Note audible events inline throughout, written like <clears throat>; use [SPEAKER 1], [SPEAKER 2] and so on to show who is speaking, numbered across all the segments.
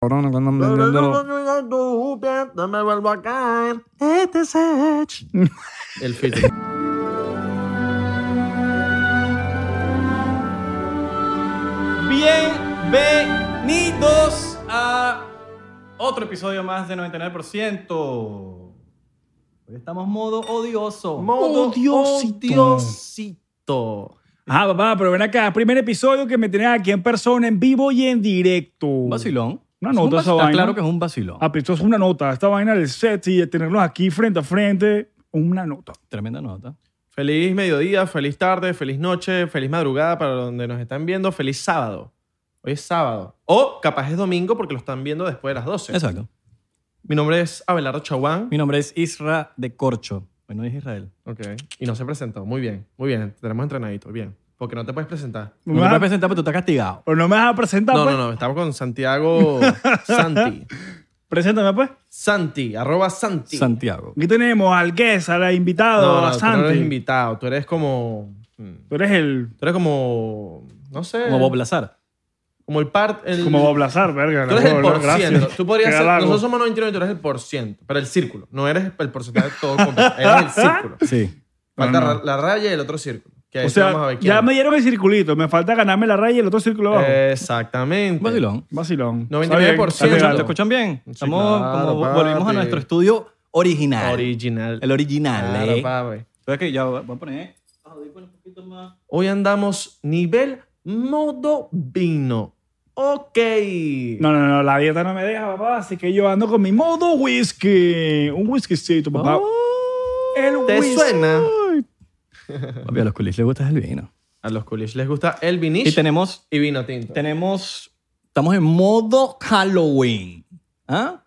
[SPEAKER 1] cabrón, cuando andan vendiendo.
[SPEAKER 2] No me vuelvo a caer. Este es
[SPEAKER 3] El filtro.
[SPEAKER 4] Bienvenidos a otro episodio más de 99%. Hoy estamos modo odioso.
[SPEAKER 3] Modo odiosito.
[SPEAKER 4] odiosito.
[SPEAKER 1] Ah, papá, pero ven acá. Primer episodio que me tenés aquí en persona, en vivo y en directo.
[SPEAKER 4] Un vacilón.
[SPEAKER 1] Una
[SPEAKER 4] Es un
[SPEAKER 1] nota
[SPEAKER 4] vac-
[SPEAKER 1] esa
[SPEAKER 4] está
[SPEAKER 1] vaina.
[SPEAKER 4] claro que es un vacilón.
[SPEAKER 1] Ah, pero esto es una nota. Esta vaina del set y de tenerlos aquí frente a frente, una nota.
[SPEAKER 4] Tremenda nota.
[SPEAKER 3] Feliz mediodía, feliz tarde, feliz noche, feliz madrugada para donde nos están viendo. Feliz sábado. Hoy es sábado. O capaz es domingo porque lo están viendo después de las 12.
[SPEAKER 4] Exacto.
[SPEAKER 3] Mi nombre es Abelardo Chaguán.
[SPEAKER 4] Mi nombre es Isra de Corcho. Bueno, dije Israel.
[SPEAKER 3] Ok. Y no se presentó. Muy bien, muy bien. Tenemos entrenadito. Bien. Porque no te puedes presentar.
[SPEAKER 4] No me
[SPEAKER 1] Ah.
[SPEAKER 4] puedes presentar, pero tú estás castigado.
[SPEAKER 1] Pero no me vas a presentar,
[SPEAKER 3] No,
[SPEAKER 1] pues.
[SPEAKER 3] no, no. Estamos con Santiago Santi.
[SPEAKER 1] Preséntame, pues.
[SPEAKER 3] Santi, arroba Santi.
[SPEAKER 4] Santiago.
[SPEAKER 1] Aquí tenemos al guest, al invitado,
[SPEAKER 3] No,
[SPEAKER 1] a
[SPEAKER 3] no, tú no eres
[SPEAKER 1] Santi.
[SPEAKER 3] invitado. Tú eres como... mm,
[SPEAKER 1] Tú eres el.
[SPEAKER 3] Tú eres como... No sé.
[SPEAKER 4] Como Bob Lazar.
[SPEAKER 3] Como el part... el-
[SPEAKER 1] Como Bob Lazar, verga.
[SPEAKER 3] Tú eres el
[SPEAKER 1] no,
[SPEAKER 3] por ciento.
[SPEAKER 1] gracias.
[SPEAKER 3] Tú podrías
[SPEAKER 1] Qué
[SPEAKER 3] ser,
[SPEAKER 1] halago.
[SPEAKER 3] nosotros somos 99 y tú eres el por ciento. Pero el círculo. No eres el porcentaje de todo. completo, eres el círculo.
[SPEAKER 4] Sí.
[SPEAKER 1] <laughs>
[SPEAKER 3] Falta
[SPEAKER 1] No, no.
[SPEAKER 3] ra- la raya y el otro círculo. Que ahí
[SPEAKER 1] O
[SPEAKER 3] vamos a
[SPEAKER 1] sea,
[SPEAKER 3] ver quién
[SPEAKER 1] ya
[SPEAKER 3] es.
[SPEAKER 1] me dieron el circulito. Me falta ganarme la raya y el otro círculo abajo.
[SPEAKER 3] Eh, Exactamente.
[SPEAKER 4] Un vacilón.
[SPEAKER 1] Vacilón.
[SPEAKER 3] 99%.
[SPEAKER 1] Está bien, está
[SPEAKER 4] ¿Te escuchan,
[SPEAKER 3] Claro.
[SPEAKER 4] te
[SPEAKER 1] legal.
[SPEAKER 4] escuchan bien?
[SPEAKER 3] Sí,
[SPEAKER 4] Estamos
[SPEAKER 3] claro,
[SPEAKER 4] como volvimos a
[SPEAKER 3] papi.
[SPEAKER 4] nuestro estudio original.
[SPEAKER 3] Original.
[SPEAKER 4] el original,
[SPEAKER 3] Claro,
[SPEAKER 4] ¿eh?
[SPEAKER 3] papi.
[SPEAKER 4] Espera que ya voy a poner eh. los audífonos un poquito más.
[SPEAKER 3] Hoy andamos nivel modo vino. Ok.
[SPEAKER 1] No, no, no, la dieta no me deja, papá. Así que yo ando con mi modo whisky. Un whiskycito,
[SPEAKER 4] Oh.
[SPEAKER 1] papá. el
[SPEAKER 3] Oh, ¿Te
[SPEAKER 1] whisky.
[SPEAKER 3] suena?
[SPEAKER 4] Papi, a los culis les gusta el vino.
[SPEAKER 3] A los coolish les gusta el
[SPEAKER 4] Y
[SPEAKER 3] vinish y,
[SPEAKER 4] tenemos,
[SPEAKER 3] vino tinto.
[SPEAKER 4] tenemos, estamos en modo Halloween. ¿Ah?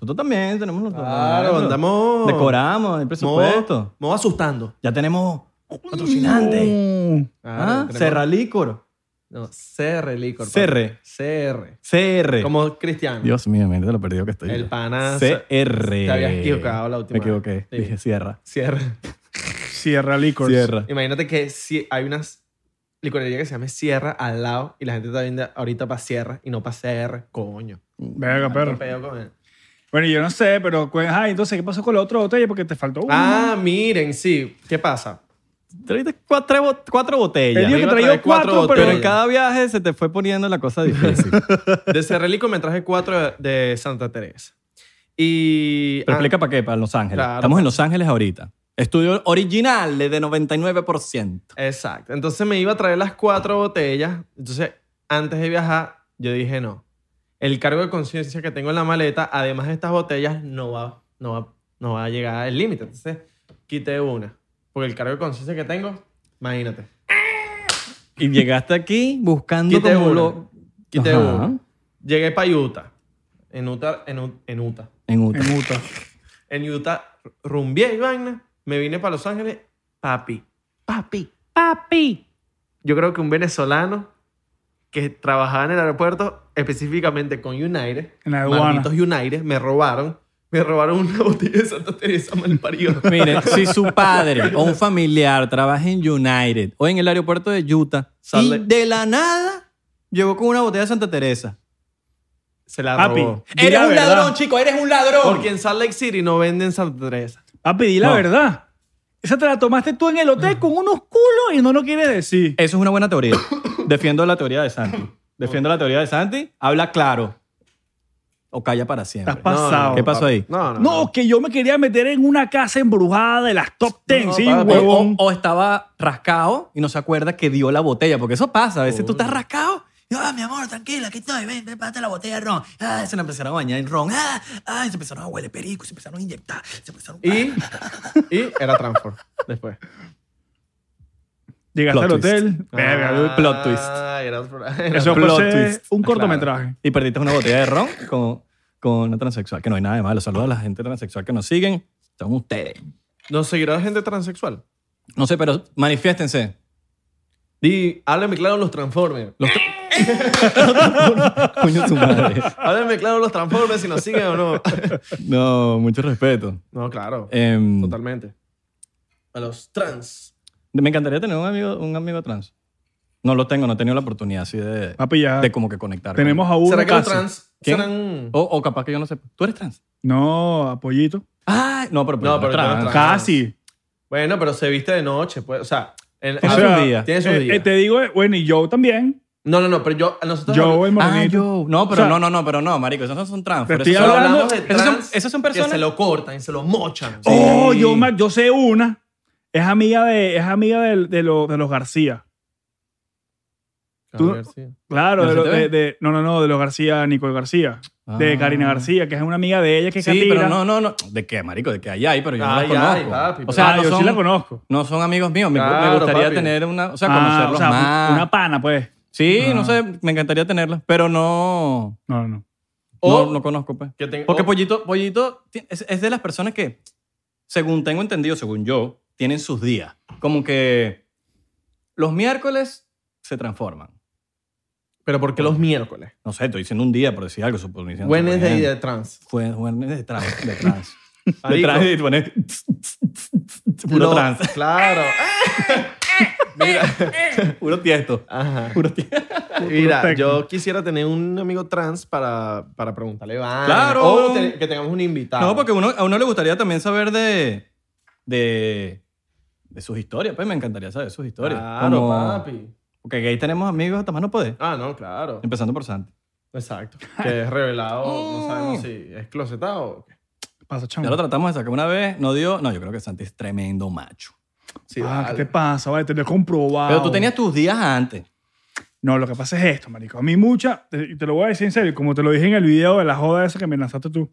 [SPEAKER 4] Nosotros también tenemos los
[SPEAKER 3] Claro, andamos...
[SPEAKER 4] Decoramos el presupuesto.
[SPEAKER 3] Modo, modo asustando.
[SPEAKER 4] Ya tenemos
[SPEAKER 1] Mm.
[SPEAKER 4] patrocinante.
[SPEAKER 1] No.
[SPEAKER 4] ¿Ah?
[SPEAKER 3] Claro, tenemos-
[SPEAKER 4] Serra Licor.
[SPEAKER 3] No, CR Licor.
[SPEAKER 4] CR.
[SPEAKER 3] papi. CR.
[SPEAKER 4] CR.
[SPEAKER 3] Como Cristiano.
[SPEAKER 4] Dios mío, mira lo perdido que estoy.
[SPEAKER 3] El pana.
[SPEAKER 4] CR.
[SPEAKER 3] Te habías equivocado la última
[SPEAKER 4] Me equivoqué.
[SPEAKER 3] Sí.
[SPEAKER 4] Dije Sierra.
[SPEAKER 3] CR.
[SPEAKER 1] Sierra Liquors.
[SPEAKER 4] Sierra.
[SPEAKER 3] Imagínate que si hay unas licorería que se llama Sierra al lado y la gente está viendo ahorita para Sierra y no para CR. Coño.
[SPEAKER 1] Venga,
[SPEAKER 3] Tanto
[SPEAKER 1] perro.
[SPEAKER 3] pedo con él.
[SPEAKER 1] Bueno, yo no sé, pero. cu- Ah, entonces, ¿qué pasó con la otra botella? Porque te faltó una.
[SPEAKER 3] Ah, miren, sí. ¿Qué pasa?
[SPEAKER 4] Trajiste cuatro, bo- cuatro botellas.
[SPEAKER 1] Él dijo que
[SPEAKER 3] iba a
[SPEAKER 1] traía
[SPEAKER 3] traer cuatro
[SPEAKER 1] cuatro,
[SPEAKER 4] Pero
[SPEAKER 1] pero.
[SPEAKER 4] en
[SPEAKER 3] botellas.
[SPEAKER 4] cada viaje se te fue poniendo la cosa difícil.
[SPEAKER 3] De CR Licor me traje cuatro de Santa Teresa. Y.
[SPEAKER 4] Pero
[SPEAKER 3] ah,
[SPEAKER 4] explica para qué, para Los Ángeles.
[SPEAKER 3] Claro.
[SPEAKER 4] Estamos en Los Ángeles ahorita. Estudio original de 99%.
[SPEAKER 3] Exacto. Entonces me iba a traer las cuatro botellas. Entonces, antes de viajar, yo dije no. El cargo de conciencia que tengo en la maleta, además de estas botellas, no va, no va, no va a llegar al límite. Entonces, quité una. Porque el cargo de conciencia que tengo, imagínate.
[SPEAKER 4] Y llegaste aquí buscando
[SPEAKER 3] Quité
[SPEAKER 4] como
[SPEAKER 3] una.
[SPEAKER 4] lo...
[SPEAKER 3] Quité
[SPEAKER 4] Ajá.
[SPEAKER 3] una. Llegué para Utah. En Utah, en, U- en Utah.
[SPEAKER 4] En Utah.
[SPEAKER 1] En Utah.
[SPEAKER 3] En Utah rumbié y vaina. Me vine para Los Ángeles. Papi. Papi. Papi. Yo creo que un venezolano que trabajaba en el aeropuerto, específicamente con United.
[SPEAKER 1] En la aduana.
[SPEAKER 3] Malditos United. Me robaron. Me robaron una <laughs> botella de Santa
[SPEAKER 1] <laughs>
[SPEAKER 3] Teresa malparido.
[SPEAKER 4] Mire, si su padre o un familiar trabaja en United o en el aeropuerto de Utah
[SPEAKER 3] Sale.
[SPEAKER 4] y de la nada llegó con una botella de Santa Teresa.
[SPEAKER 3] Se <laughs> la
[SPEAKER 1] Papi.
[SPEAKER 3] robó.
[SPEAKER 1] Di la verdad.
[SPEAKER 4] chico, eres un ladrón.
[SPEAKER 3] Porque en Salt Lake City no venden Santa Teresa.
[SPEAKER 1] Papi, di la
[SPEAKER 4] No.
[SPEAKER 1] verdad. Esa te la tomaste tú en el hotel con unos culos y no lo quieres
[SPEAKER 3] Eh,
[SPEAKER 1] decir.
[SPEAKER 4] Eso es una buena teoría. Defiendo la teoría de Santi. Defiendo la teoría de Santi. Habla claro. O calla para siempre.
[SPEAKER 1] Estás pasado.
[SPEAKER 4] ¿Qué pasó
[SPEAKER 3] papi.
[SPEAKER 4] ahí?
[SPEAKER 3] No, no.
[SPEAKER 1] No, que yo me quería meter en una casa embrujada de las top ten,
[SPEAKER 3] No,
[SPEAKER 1] sí,
[SPEAKER 3] papi. Oh,
[SPEAKER 1] huevón.
[SPEAKER 4] O, o estaba rascado y no se acuerda que dio la botella, porque eso pasa. A veces tú estás rascado. y, Ah, mi amor, tranquila, aquí estoy. Ven, ven, pásate la botella de ron. Ah, se la empezaron a bañar en ron. Ah, ah, se empezaron a huele perico, se empezaron a inyectar. Se empezaron a...
[SPEAKER 3] Y, y era Transform después.
[SPEAKER 1] Llegaste
[SPEAKER 4] Plot
[SPEAKER 1] al
[SPEAKER 4] twist.
[SPEAKER 1] hotel. Verga, dude.
[SPEAKER 4] plot twist.
[SPEAKER 3] Ah, era otro-
[SPEAKER 1] Eso
[SPEAKER 4] plot
[SPEAKER 1] fue ser
[SPEAKER 4] twist. Ah,
[SPEAKER 1] un
[SPEAKER 3] Claro.
[SPEAKER 1] cortometraje.
[SPEAKER 4] Y perdiste una botella de ron con, con una transexual, que no hay nada de malo. Saludos a la gente transexual que nos siguen. Son ustedes.
[SPEAKER 3] ¿Nos seguirá gente transexual?
[SPEAKER 4] No sé, pero manifiéstense.
[SPEAKER 3] Di, háblame claro los Transformers.
[SPEAKER 4] Coño, su madre.
[SPEAKER 3] Háblame claro los Transformers si nos siguen o no. <laughs>
[SPEAKER 4] No, mucho respeto.
[SPEAKER 3] No, claro.
[SPEAKER 4] Em,
[SPEAKER 3] Totalmente. A los trans.
[SPEAKER 4] Me encantaría tener un amigo, un amigo trans. No lo tengo, no he tenido la oportunidad así de,
[SPEAKER 1] Papi, ya
[SPEAKER 4] de como que conectar. con-
[SPEAKER 1] tenemos a uno.
[SPEAKER 3] ¿Será que los
[SPEAKER 1] casi.
[SPEAKER 3] trans
[SPEAKER 4] ¿Quién?
[SPEAKER 3] serán...?
[SPEAKER 4] O, o capaz que yo no sepa. ¿Tú eres trans?
[SPEAKER 1] No, apoyito.
[SPEAKER 4] Ah, no, pero,
[SPEAKER 3] No, pero tú eres trans.
[SPEAKER 1] Casi.
[SPEAKER 3] Bueno, pero se viste de noche, pues. O sea, en- ah,
[SPEAKER 4] Tiene
[SPEAKER 1] O sea,
[SPEAKER 4] sus días.
[SPEAKER 3] tiene sus
[SPEAKER 1] Eh,
[SPEAKER 3] días.
[SPEAKER 1] eh, te digo, eh, bueno, y yo también.
[SPEAKER 3] No, no, no, pero yo... Nosotros
[SPEAKER 1] Yo, el
[SPEAKER 4] Ah,
[SPEAKER 1] morenito.
[SPEAKER 4] yo. No, pero
[SPEAKER 1] O sea,
[SPEAKER 4] no, no, no, pero no, marico. Esos no son trans.
[SPEAKER 1] Te
[SPEAKER 4] pero
[SPEAKER 1] estoy
[SPEAKER 4] esos
[SPEAKER 3] solo
[SPEAKER 4] son-
[SPEAKER 1] hablando-
[SPEAKER 3] hablamos de
[SPEAKER 4] esos son-
[SPEAKER 3] trans
[SPEAKER 4] esos son
[SPEAKER 3] Que
[SPEAKER 4] personas-
[SPEAKER 3] se lo cortan y se lo mochan.
[SPEAKER 1] Oh,
[SPEAKER 4] Sí.
[SPEAKER 1] yo, me- yo sé una. Es amiga de, es amiga del- de, lo- de los García. tú- Claro,
[SPEAKER 4] ¿De
[SPEAKER 1] de,
[SPEAKER 4] los
[SPEAKER 1] lo-
[SPEAKER 4] CTV?
[SPEAKER 1] de- de- no, no, no, de los García, Nicole García. De
[SPEAKER 4] Ah.
[SPEAKER 1] Karina García, que es una amiga de ella que es
[SPEAKER 4] Sí, pero
[SPEAKER 1] catira.
[SPEAKER 4] no, no, no. ¿De qué, marico? ¿De qué hay ahí? Pero yo
[SPEAKER 3] Ay,
[SPEAKER 4] no los
[SPEAKER 3] ay,
[SPEAKER 4] conozco.
[SPEAKER 3] papi,
[SPEAKER 4] o sea,
[SPEAKER 1] Ah,
[SPEAKER 4] no
[SPEAKER 1] yo
[SPEAKER 4] son,
[SPEAKER 1] sí la conozco.
[SPEAKER 4] no son amigos míos. Me, me
[SPEAKER 3] Claro,
[SPEAKER 4] gustaría
[SPEAKER 3] papi.
[SPEAKER 4] tener una... O sea,
[SPEAKER 1] Ah,
[SPEAKER 4] conocerlos
[SPEAKER 1] o sea,
[SPEAKER 4] más.
[SPEAKER 1] una pana, pues.
[SPEAKER 4] Sí,
[SPEAKER 1] Ah.
[SPEAKER 4] no sé. Me encantaría tenerlos. Pero no...
[SPEAKER 1] No, no, no.
[SPEAKER 3] O-
[SPEAKER 4] no, no conozco, pues.
[SPEAKER 3] Que Oh, tengo-
[SPEAKER 4] Porque
[SPEAKER 3] o-
[SPEAKER 4] Pollito, Pollito ti- es, es de las personas que, según tengo entendido, según yo, tienen sus días. Como que los miércoles se transforman.
[SPEAKER 3] Pero ¿por qué los miércoles?
[SPEAKER 4] No sé, estoy diciendo un día por decir algo. Suponiendo,
[SPEAKER 3] Wednesday de trans.
[SPEAKER 4] Fue Wednesday de trans.
[SPEAKER 3] <laughs>
[SPEAKER 4] De trans. <laughs> de
[SPEAKER 3] Marico.
[SPEAKER 4] trans y poner <laughs> puro
[SPEAKER 3] Lo-
[SPEAKER 4] trans.
[SPEAKER 3] Claro. Mira,
[SPEAKER 4] Puro tiesto. <laughs>
[SPEAKER 3] ajá.
[SPEAKER 4] Puro tiesto.
[SPEAKER 3] Mira,
[SPEAKER 1] técnico.
[SPEAKER 3] yo quisiera tener un amigo trans para, para preguntarle vainas.
[SPEAKER 4] Claro.
[SPEAKER 3] O te- que tengamos un invitado.
[SPEAKER 4] No, porque uno, a uno le gustaría también saber de... de de sus historias, pues me encantaría saber sus historias.
[SPEAKER 3] Claro,
[SPEAKER 4] Como-
[SPEAKER 3] papi.
[SPEAKER 4] Porque gay tenemos amigos hasta más no poder.
[SPEAKER 3] Ah, no, claro.
[SPEAKER 4] Empezando por Santi.
[SPEAKER 3] Exacto. Que es revelado, no sabemos
[SPEAKER 4] Mm.
[SPEAKER 3] si es closetado o qué.
[SPEAKER 1] Pasa, chamo.
[SPEAKER 4] Ya lo tratamos de sacar una vez, no dio. No, yo creo que Santi es tremendo macho.
[SPEAKER 3] Sí,
[SPEAKER 1] ah, ¿qué
[SPEAKER 3] dale.
[SPEAKER 1] te pasa? Vale, te lo he comprobado.
[SPEAKER 4] Pero tú tenías tus días antes.
[SPEAKER 1] No, lo que pasa es esto, marico. A mí mucha, te, te lo voy a decir en serio, como te lo dije en el video de la joda esa que me lanzaste tú.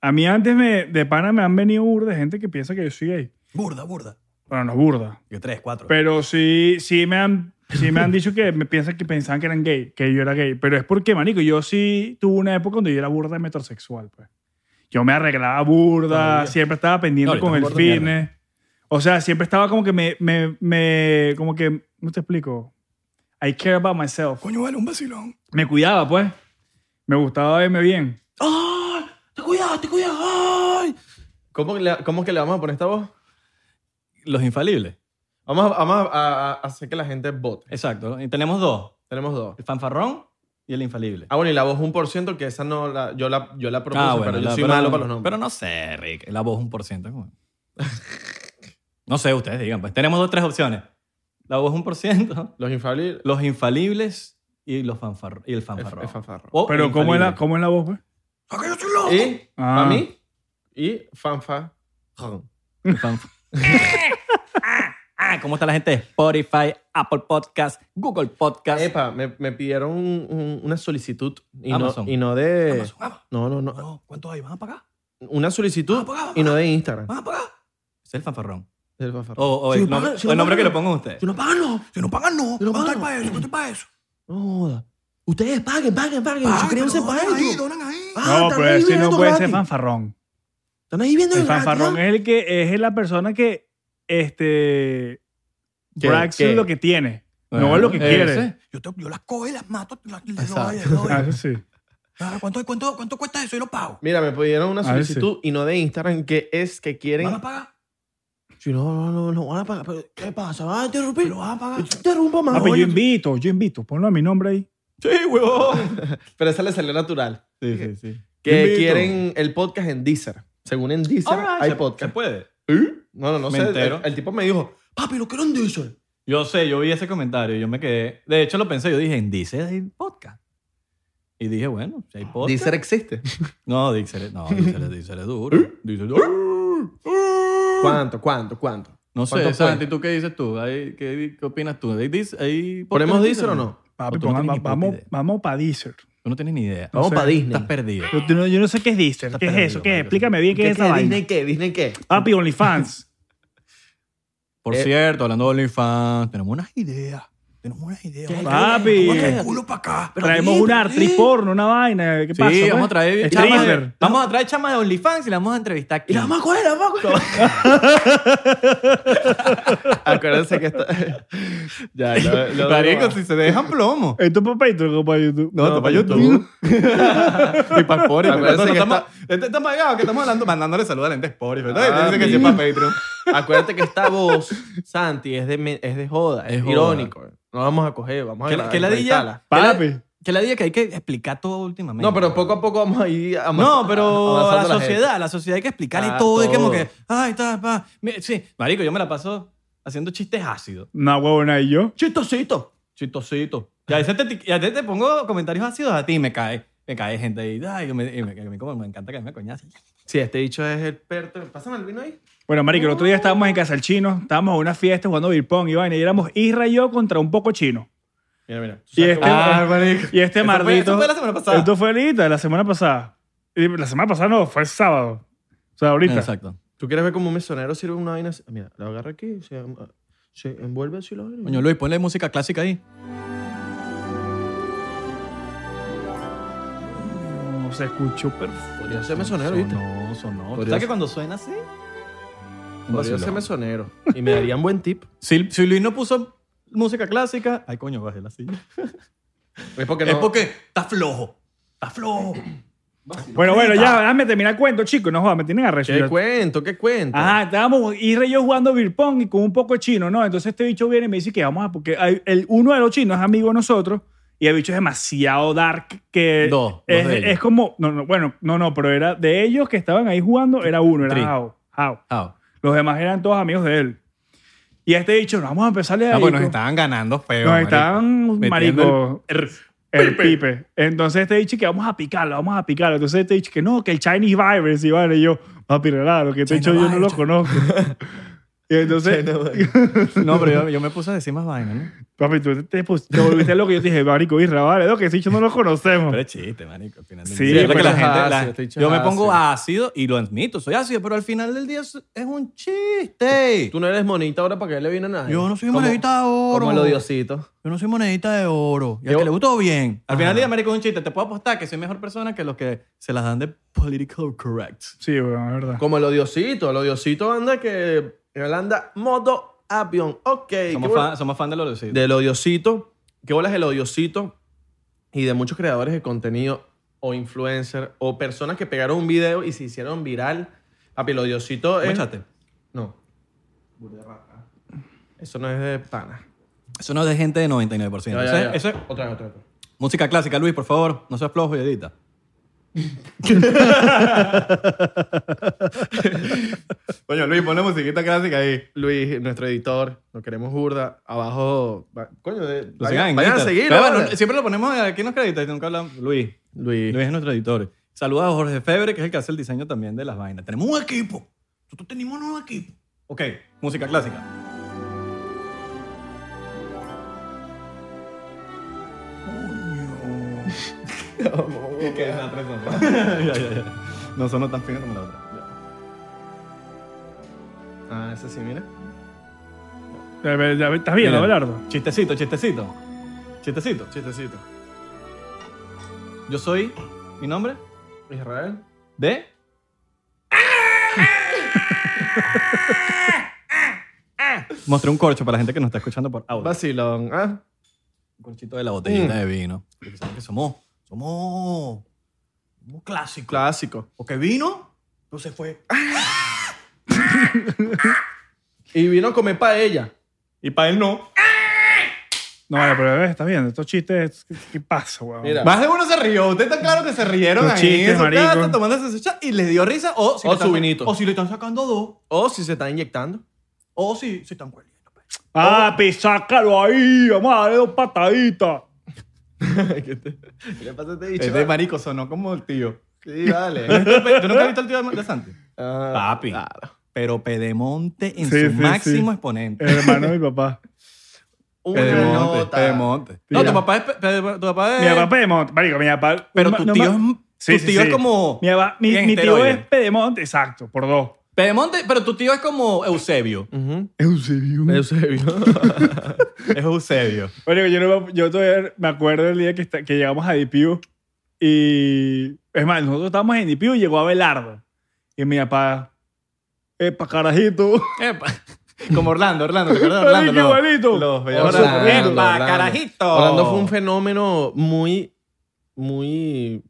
[SPEAKER 1] A mí antes me, de pana me han venido burda de gente que piensa que yo soy gay.
[SPEAKER 4] Burda, burda.
[SPEAKER 1] Bueno, no burda.
[SPEAKER 4] Yo tres, cuatro.
[SPEAKER 1] Pero sí, sí me han, sí me han dicho que me piensan que pensaban que eran gay, que yo era gay. Pero es porque, marico, yo sí tuve una época donde yo era burda de metrosexual, pues. Yo me arreglaba burda,
[SPEAKER 3] Todavía.
[SPEAKER 1] siempre estaba pendiente
[SPEAKER 4] No,
[SPEAKER 1] con el
[SPEAKER 4] ahorita es un gordo de
[SPEAKER 1] fitness. O sea, siempre estaba como que me, me, me, como que, ¿cómo te explico? I care about myself.
[SPEAKER 4] coño, vale, un vacilón.
[SPEAKER 1] Me cuidaba, pues. Me gustaba verme bien.
[SPEAKER 4] ¡Ah!
[SPEAKER 3] ¡Ay! ¡Te cuidado, te cuidado! ¡Ay! ¿Cómo que, le, ¿Cómo que le vamos a poner esta voz?
[SPEAKER 4] Los infalibles.
[SPEAKER 3] Vamos, a, vamos a- a- a hacer que la gente vote.
[SPEAKER 4] Exacto. Y tenemos dos:
[SPEAKER 3] Tenemos dos.
[SPEAKER 4] el fanfarrón y el infalible.
[SPEAKER 3] Ah, bueno, y la voz un por ciento, que esa no la, yo la, yo la propuse, pero yo
[SPEAKER 4] Ah, la-
[SPEAKER 3] soy malo para los nombres.
[SPEAKER 4] Pero no sé, Rick. La voz un por ciento. ¿cómo? no sé, ustedes digan. Pues tenemos dos, tres opciones: la voz un por ciento,
[SPEAKER 3] Los infalibles.
[SPEAKER 4] los infalibles y, los fanfar y el fanfarrón.
[SPEAKER 3] El fanfarrón.
[SPEAKER 4] O
[SPEAKER 1] Pero ¿cómo es, la,
[SPEAKER 4] infalible.
[SPEAKER 1] ¿cómo es la voz, pues?
[SPEAKER 3] Y
[SPEAKER 1] Ah.
[SPEAKER 3] a mí y fanfa.
[SPEAKER 4] Ah, ah, ¿Cómo está la gente de Spotify, Apple Podcast, Google Podcast?
[SPEAKER 3] Epa, me, me pidieron un- un- una solicitud y no,
[SPEAKER 4] Amazon.
[SPEAKER 3] y no de
[SPEAKER 4] Amazon, ah,
[SPEAKER 3] no no no
[SPEAKER 4] no, ¿Cuántos hay? ¿Van a pagar?
[SPEAKER 3] una solicitud
[SPEAKER 4] Ah, paga,
[SPEAKER 3] y no de Instagram.
[SPEAKER 4] ¿Van a pagar? Es el fanfarrón.
[SPEAKER 3] El fanfarrón.
[SPEAKER 4] O, o
[SPEAKER 3] Si
[SPEAKER 4] el,
[SPEAKER 3] no
[SPEAKER 4] nombre,
[SPEAKER 3] pagan, si
[SPEAKER 4] o el
[SPEAKER 3] no
[SPEAKER 4] nombre que
[SPEAKER 3] pagan.
[SPEAKER 4] le pongan ustedes.
[SPEAKER 3] Si no pagan, no.
[SPEAKER 4] Si no pagan, no.
[SPEAKER 3] Si no pagan.
[SPEAKER 4] para eso? ¿Cuánto hay para eso?
[SPEAKER 3] No
[SPEAKER 4] Oh,
[SPEAKER 3] joda. Ustedes paguen, paguen, paguen. Suscríbanse
[SPEAKER 4] pero
[SPEAKER 3] para
[SPEAKER 4] donan ahí,
[SPEAKER 3] esto.
[SPEAKER 4] donan ahí.
[SPEAKER 3] Ah,
[SPEAKER 1] no,
[SPEAKER 3] están
[SPEAKER 1] pero
[SPEAKER 3] ahí
[SPEAKER 1] ese no
[SPEAKER 3] viendo
[SPEAKER 1] puede
[SPEAKER 3] gratis.
[SPEAKER 1] ser fanfarrón.
[SPEAKER 3] Están ahí viendo
[SPEAKER 1] El
[SPEAKER 3] gratis,
[SPEAKER 1] fanfarrón
[SPEAKER 3] ¿no?
[SPEAKER 1] es el que es la persona que este
[SPEAKER 3] ¿Qué?
[SPEAKER 1] Braxton
[SPEAKER 3] ¿Qué?
[SPEAKER 1] lo que tiene, no lo que
[SPEAKER 4] Ese.
[SPEAKER 1] quiere.
[SPEAKER 4] Yo, te- yo las cojo y las mato. Las, les
[SPEAKER 3] Exacto.
[SPEAKER 4] doy, les doy.
[SPEAKER 3] <laughs>
[SPEAKER 1] Ah, eso sí.
[SPEAKER 4] Ah, ¿cuánto, cuánto, ¿Cuánto cuesta eso? Y lo pago.
[SPEAKER 3] Mira, me pidieron una
[SPEAKER 1] A ver, sí.
[SPEAKER 3] solicitud y no de Instagram que es que quieren
[SPEAKER 4] ¿Van a pagar?
[SPEAKER 3] Si no, no, no, no van a pagar. Pero, ¿Qué pasa? ¿Van a interrumpir?
[SPEAKER 4] ¿Lo van a pagar?
[SPEAKER 3] Interrumpa más.
[SPEAKER 1] Ah, pero yo invito, yo invito. Ponlo a mi nombre ahí.
[SPEAKER 4] Sí, huevón.
[SPEAKER 3] Pero esa le salió natural.
[SPEAKER 4] Sí, sí, sí.
[SPEAKER 3] Que
[SPEAKER 4] Invito.
[SPEAKER 3] quieren el podcast en Deezer. Según en Deezer,
[SPEAKER 4] Alright,
[SPEAKER 3] hay
[SPEAKER 4] se- Se
[SPEAKER 3] podcast.
[SPEAKER 4] puede.
[SPEAKER 3] ¿Eh? No, no, no
[SPEAKER 4] Me
[SPEAKER 3] sé.
[SPEAKER 4] entero.
[SPEAKER 3] El, el tipo me dijo, papi, lo quiero en Deezer.
[SPEAKER 4] Yo sé, yo vi ese comentario y yo me quedé. De hecho, lo pensé, yo dije, en Deezer hay podcast. Y dije, bueno, si hay podcast.
[SPEAKER 3] Deezer existe.
[SPEAKER 4] No, Deezer es- no, Deezer, es- Deezer es duro. Deezer es duro.
[SPEAKER 3] ¿Cuánto, cuánto, cuánto?
[SPEAKER 4] No
[SPEAKER 3] ¿Cuánto
[SPEAKER 4] sé,
[SPEAKER 3] fue?
[SPEAKER 4] Santi, ¿tú qué dices tú? Ahí, ¿Qué, qué opinas tú? ¿Hay, dis- hay podcast
[SPEAKER 3] ¿Ponemos
[SPEAKER 4] en
[SPEAKER 3] Deezer o no?
[SPEAKER 1] Papi,
[SPEAKER 4] O tú no
[SPEAKER 1] pongan-
[SPEAKER 4] tienes ni puta
[SPEAKER 1] vamos,
[SPEAKER 4] idea.
[SPEAKER 1] vamos para Deezer.
[SPEAKER 4] Tú no tienes ni idea.
[SPEAKER 3] Vamos
[SPEAKER 1] sé.
[SPEAKER 3] para Disney. Eh,
[SPEAKER 4] Estás perdido.
[SPEAKER 1] Yo, yo no- yo no sé qué es Deezer.
[SPEAKER 4] Está
[SPEAKER 1] ¿Qué es
[SPEAKER 4] perdido,
[SPEAKER 1] eso? ¿Qué es?
[SPEAKER 4] marico.
[SPEAKER 1] Explícame bien qué es esa vaina.
[SPEAKER 3] ¿Disney qué? ¿Disney qué?
[SPEAKER 1] Papi, OnlyFans.
[SPEAKER 4] Por
[SPEAKER 3] Eh.
[SPEAKER 4] cierto, hablando de OnlyFans, tenemos unas ideas. Tenemos unas ideas.
[SPEAKER 3] ¿Qué?
[SPEAKER 1] Papi.
[SPEAKER 4] Vamos a traer el culo para acá.
[SPEAKER 1] Traemos
[SPEAKER 4] un
[SPEAKER 1] una actriz porno, una vaina. ¿Qué
[SPEAKER 4] Sí,
[SPEAKER 1] pasa? pues?
[SPEAKER 4] vamos a traer chamas
[SPEAKER 1] Stripper.
[SPEAKER 4] de, vamos a traer chamas de OnlyFans y la vamos a entrevistar aquí.
[SPEAKER 3] Y la vamos a coger, la vamos a coger. <laughs> Acuérdense que está... ya, lo, lo-
[SPEAKER 4] Marico, si se dejan
[SPEAKER 3] <laughs>
[SPEAKER 4] plomo.
[SPEAKER 1] Esto es para Patreon o para YouTube.
[SPEAKER 4] No, esto es para <laughs> YouTube. y para Spotify.
[SPEAKER 3] Acuérdense
[SPEAKER 4] Nosotros
[SPEAKER 3] que
[SPEAKER 4] estamos, este está... pagados que estamos hablando, mandándole saludos a la gente de Spotify. Entonces,
[SPEAKER 3] Ah,
[SPEAKER 4] dice que sí es
[SPEAKER 3] mira.
[SPEAKER 4] para Patreon.
[SPEAKER 3] Acuérdate que esta voz, Santi, es de, me- es de joda, es,
[SPEAKER 4] Es joda.
[SPEAKER 3] irónico. No vamos a coger, vamos
[SPEAKER 4] ¿Qué,
[SPEAKER 3] a
[SPEAKER 4] qué ladilla?
[SPEAKER 3] entrevistarla.
[SPEAKER 4] ¿Qué la-
[SPEAKER 1] Papi.
[SPEAKER 4] ¿Qué ladilla que hay que explicar todo últimamente?
[SPEAKER 3] No, pero poco a poco vamos a ir amaz-
[SPEAKER 4] No, pero a la
[SPEAKER 3] avanzando gente.
[SPEAKER 4] sociedad, a la sociedad hay que explicarle
[SPEAKER 3] Ah,
[SPEAKER 4] todo. Es como
[SPEAKER 3] todo.
[SPEAKER 4] que, ay, está, pa. mi- Sí, marico, yo me la paso haciendo chistes ácidos.
[SPEAKER 1] No, huevona, y yo.
[SPEAKER 4] Chistosito. Chistosito. Y a veces te, y a veces te pongo comentarios ácidos a ti y me cae. Me cae gente ahí. Ay, yo me, y me, me- como me encanta que me coñazo.
[SPEAKER 3] Sí, este dicho es experto. Pásame el vino ahí.
[SPEAKER 1] Bueno, marico, el otro día estábamos en casa del chino, estábamos en una fiesta jugando beer pong y vaina, y éramos Isra y yo contra un poco chino.
[SPEAKER 3] Mira, mira.
[SPEAKER 1] Y este, <laughs>
[SPEAKER 3] Ah, marico.
[SPEAKER 1] y este
[SPEAKER 4] Eso fue-
[SPEAKER 1] mardito.
[SPEAKER 4] eso fue la semana pasada.
[SPEAKER 1] Esto fue ahorita, la semana pasada. Y La semana pasada no, fue el sábado. O sea, ahorita.
[SPEAKER 4] Exacto.
[SPEAKER 3] ¿Tú quieres ver cómo un mesonero sirve una vaina así? Mira, la agarra aquí, se, se envuelve así la vaina.
[SPEAKER 4] Coño, Luis, ponle música clásica ahí.
[SPEAKER 1] No, se escuchó perfecto.
[SPEAKER 3] Podría ser mesonero, ¿viste?
[SPEAKER 4] Sonó, sonó. ¿Tú
[SPEAKER 3] Podría
[SPEAKER 4] ¿Sabes
[SPEAKER 3] ser.
[SPEAKER 4] que cuando suena así? un
[SPEAKER 3] Podría
[SPEAKER 4] vacilón.
[SPEAKER 3] ser mesonero. Y me darían buen tip.
[SPEAKER 4] Si, si Luis no puso música clásica, ay, coño, bajé la silla.
[SPEAKER 3] Es porque
[SPEAKER 4] Es porque está flojo. Está flojo.
[SPEAKER 1] Bueno, bueno,
[SPEAKER 4] Ah.
[SPEAKER 1] ya, déjame terminar el cuento, chico. No jodas, me tienen arrecho.
[SPEAKER 3] ¿Qué
[SPEAKER 1] Ya-
[SPEAKER 3] cuento? ¿Qué cuento?
[SPEAKER 1] Ajá, estábamos Isra y yo jugando beer pong y con un poco de chino, ¿no? Entonces este bicho viene y me dice que vamos a... Porque hay- el, uno de los chinos es amigo de nosotros y el bicho es demasiado dark que...
[SPEAKER 4] Dos, dos
[SPEAKER 1] es,
[SPEAKER 4] de ellos.
[SPEAKER 1] es como... No, no, bueno, no, no, pero era de ellos que estaban ahí jugando, era uno, era
[SPEAKER 4] Tri.
[SPEAKER 1] Jao. Jao.
[SPEAKER 4] Ah,
[SPEAKER 1] Los demás eran todos amigos de él. Y a este bicho, no, vamos a empezarle a...
[SPEAKER 4] ah, pues nos estaban ganando feo.
[SPEAKER 1] Nos
[SPEAKER 4] marico.
[SPEAKER 1] estaban,
[SPEAKER 4] Metiendo
[SPEAKER 1] marico,
[SPEAKER 4] el-
[SPEAKER 1] el pipe. Entonces este dicho que vamos a picarlo, vamos a picarlo. Entonces este dicho que no, que el Chinese virus. Y vale, yo, papi, nada, lo que te he
[SPEAKER 4] China
[SPEAKER 1] dicho yo no lo
[SPEAKER 4] virus. <laughs>
[SPEAKER 1] conozco. y entonces,
[SPEAKER 4] No, pero yo, yo me puse a decir más vainas, ¿no?
[SPEAKER 1] <laughs> papi, tú te, te pus- te volviste loco. Yo te dije, marico, irra, vale, lo que ese dicho no lo conocemos.
[SPEAKER 4] Pero es chiste, marico. Al final del
[SPEAKER 1] Sí,
[SPEAKER 4] día. es
[SPEAKER 1] pero
[SPEAKER 4] que la
[SPEAKER 3] es
[SPEAKER 4] gente.
[SPEAKER 3] ácido,
[SPEAKER 4] la-
[SPEAKER 3] este dicho
[SPEAKER 4] yo
[SPEAKER 3] es
[SPEAKER 4] me pongo
[SPEAKER 3] ácido.
[SPEAKER 4] ácido y lo admito, soy ácido, pero al final del día es, es un chiste.
[SPEAKER 3] Tú no eres monita ahora para que le viene a nadie.
[SPEAKER 4] Yo no soy
[SPEAKER 3] Como-
[SPEAKER 4] monedita de oro.
[SPEAKER 3] Como el odiosito.
[SPEAKER 4] Yo no soy monedita de oro. Y al
[SPEAKER 3] Yo-
[SPEAKER 4] que le gustó, bien. Ah. Al final
[SPEAKER 3] Ajá.
[SPEAKER 4] del día, marico, es un chiste. Te puedo apostar que soy mejor persona que los que se las dan de political correct.
[SPEAKER 1] Sí, bueno, es verdad.
[SPEAKER 3] Como el odiosito. El odiosito anda que... Él anda modo avión. Ok. qué
[SPEAKER 4] Somos,
[SPEAKER 3] bueno.
[SPEAKER 4] fan, somos fan de los Luisitos.
[SPEAKER 3] Del odiosito. ¿Qué bolas el odiosito? Y de muchos creadores de contenido o influencers o personas que pegaron un video y se hicieron viral. Papi, el odiosito es...
[SPEAKER 4] Muéchate.
[SPEAKER 3] No. Eso no es de pana.
[SPEAKER 4] Eso no es de gente de 99%.
[SPEAKER 3] Ya,
[SPEAKER 4] Eso
[SPEAKER 3] ya,
[SPEAKER 4] es-
[SPEAKER 3] ya.
[SPEAKER 4] eso es
[SPEAKER 3] Otra vez, otra vez.
[SPEAKER 4] música clásica, Luis, por favor. No seas flojo y edita. Coño, Luis, ponle musiquita clásica ahí.
[SPEAKER 3] Luis, nuestro editor, lo queremos burda. Abajo, va- coño, de,
[SPEAKER 4] Lo
[SPEAKER 3] vayan,
[SPEAKER 4] sigan,
[SPEAKER 3] vayan a
[SPEAKER 4] Guita.
[SPEAKER 3] seguirlo.
[SPEAKER 4] Pero bueno,
[SPEAKER 3] vale.
[SPEAKER 4] siempre lo ponemos aquí en los créditos y nunca hablamos. Luis.
[SPEAKER 3] Luis,
[SPEAKER 4] Luis es nuestro editor. Saluda a Jorge Febre, que es el que hace el diseño también de las vainas. Tenemos un equipo. Nosotros tenemos un nuevo equipo. Ok, música clásica. <laughs> Que es la tres notas. <laughs> Ya, ya, ya. No sonó tan fino como la otra.
[SPEAKER 3] Ah, ese sí, mira.
[SPEAKER 1] Ya, ya, ya, ¿Estás bien,
[SPEAKER 4] Mira.
[SPEAKER 1] Abelardo?
[SPEAKER 4] Chistecito, chistecito. Chistecito.
[SPEAKER 3] Chistecito.
[SPEAKER 4] Yo soy. ¿Mi nombre?
[SPEAKER 3] Israel.
[SPEAKER 4] ¿De? Mostré un corcho para la gente que nos está escuchando por audio.
[SPEAKER 3] Vacilón, ¿ah?
[SPEAKER 4] Un corchito de la botellita
[SPEAKER 3] Mm.
[SPEAKER 4] de vino. Porque saben que somos. Somos. Somos clásicos.
[SPEAKER 3] Clásico.
[SPEAKER 4] Porque vino, no se fue.
[SPEAKER 3] Y vino a comer paella.
[SPEAKER 4] Y para él no.
[SPEAKER 1] No, vale, pero bebé, estás bien. Estos chistes, ¿qué- ¿qué pasa, weón?
[SPEAKER 3] Mira.
[SPEAKER 4] Más de uno se rió. Usted está claro que se rieron
[SPEAKER 1] Los
[SPEAKER 4] ahí
[SPEAKER 1] chistes,
[SPEAKER 4] en su
[SPEAKER 1] marico.
[SPEAKER 4] casa tomándose su chat y les dio risa. O, si
[SPEAKER 3] O
[SPEAKER 4] le están
[SPEAKER 3] su
[SPEAKER 4] sa-
[SPEAKER 3] vinito.
[SPEAKER 4] O si le están sacando dos.
[SPEAKER 3] O si se está <laughs> inyectando.
[SPEAKER 4] O si se están cueliendo.
[SPEAKER 1] Papi, sácalo ahí. Vamos a darle dos pataditas.
[SPEAKER 3] ¿Qué, te- qué le pasa a este bicho?
[SPEAKER 4] Este marico sonó como el tío.
[SPEAKER 3] Sí, vale.
[SPEAKER 4] ¿Tú nunca has visto al tío de Santi?
[SPEAKER 3] Ah,
[SPEAKER 4] Papi.
[SPEAKER 3] claro.
[SPEAKER 4] Pero Pedemonte en
[SPEAKER 1] Sí,
[SPEAKER 4] su
[SPEAKER 1] sí,
[SPEAKER 4] máximo
[SPEAKER 1] sí.
[SPEAKER 4] exponente.
[SPEAKER 1] El hermano de mi papá.
[SPEAKER 3] Una
[SPEAKER 4] Pedemonte.
[SPEAKER 3] nota.
[SPEAKER 4] Pedemonte. No,
[SPEAKER 1] Mira.
[SPEAKER 4] tu papá es. pe- pe- Tu papá <laughs>
[SPEAKER 1] Mi
[SPEAKER 4] es-
[SPEAKER 1] papá es Mont- Marico, mi papá.
[SPEAKER 4] Pero
[SPEAKER 1] no
[SPEAKER 4] tu
[SPEAKER 1] ma-
[SPEAKER 4] tío es.
[SPEAKER 1] Sí,
[SPEAKER 4] tu
[SPEAKER 1] sí,
[SPEAKER 4] tío
[SPEAKER 1] sí.
[SPEAKER 4] es como.
[SPEAKER 1] Mi, abba- mi-
[SPEAKER 4] en
[SPEAKER 1] mi tío
[SPEAKER 4] esteroides.
[SPEAKER 1] es Pedemonte, exacto, por dos.
[SPEAKER 4] Pedemonte, pero tu tío es como Eusebio.
[SPEAKER 3] Ujú.
[SPEAKER 1] Eusebio.
[SPEAKER 3] Eusebio.
[SPEAKER 4] es Eusebio.
[SPEAKER 1] Bueno, yo, no me- yo todavía me acuerdo el día que, está- que llegamos a DPU y... Es más, nosotros estábamos en DPU y llegó Abelardo. Y mi papá... ¡Epa, carajito!
[SPEAKER 4] Epa. Como Orlando, Orlando, ¿te acuerdas de Orlando?
[SPEAKER 1] Ay, qué
[SPEAKER 4] Los-
[SPEAKER 1] bonito.
[SPEAKER 4] Los
[SPEAKER 1] Orlando,
[SPEAKER 4] Orlando,
[SPEAKER 1] Orlando,
[SPEAKER 4] ¡Epa,
[SPEAKER 3] Orlando.
[SPEAKER 4] carajito!
[SPEAKER 3] Orlando fue un fenómeno muy, muy,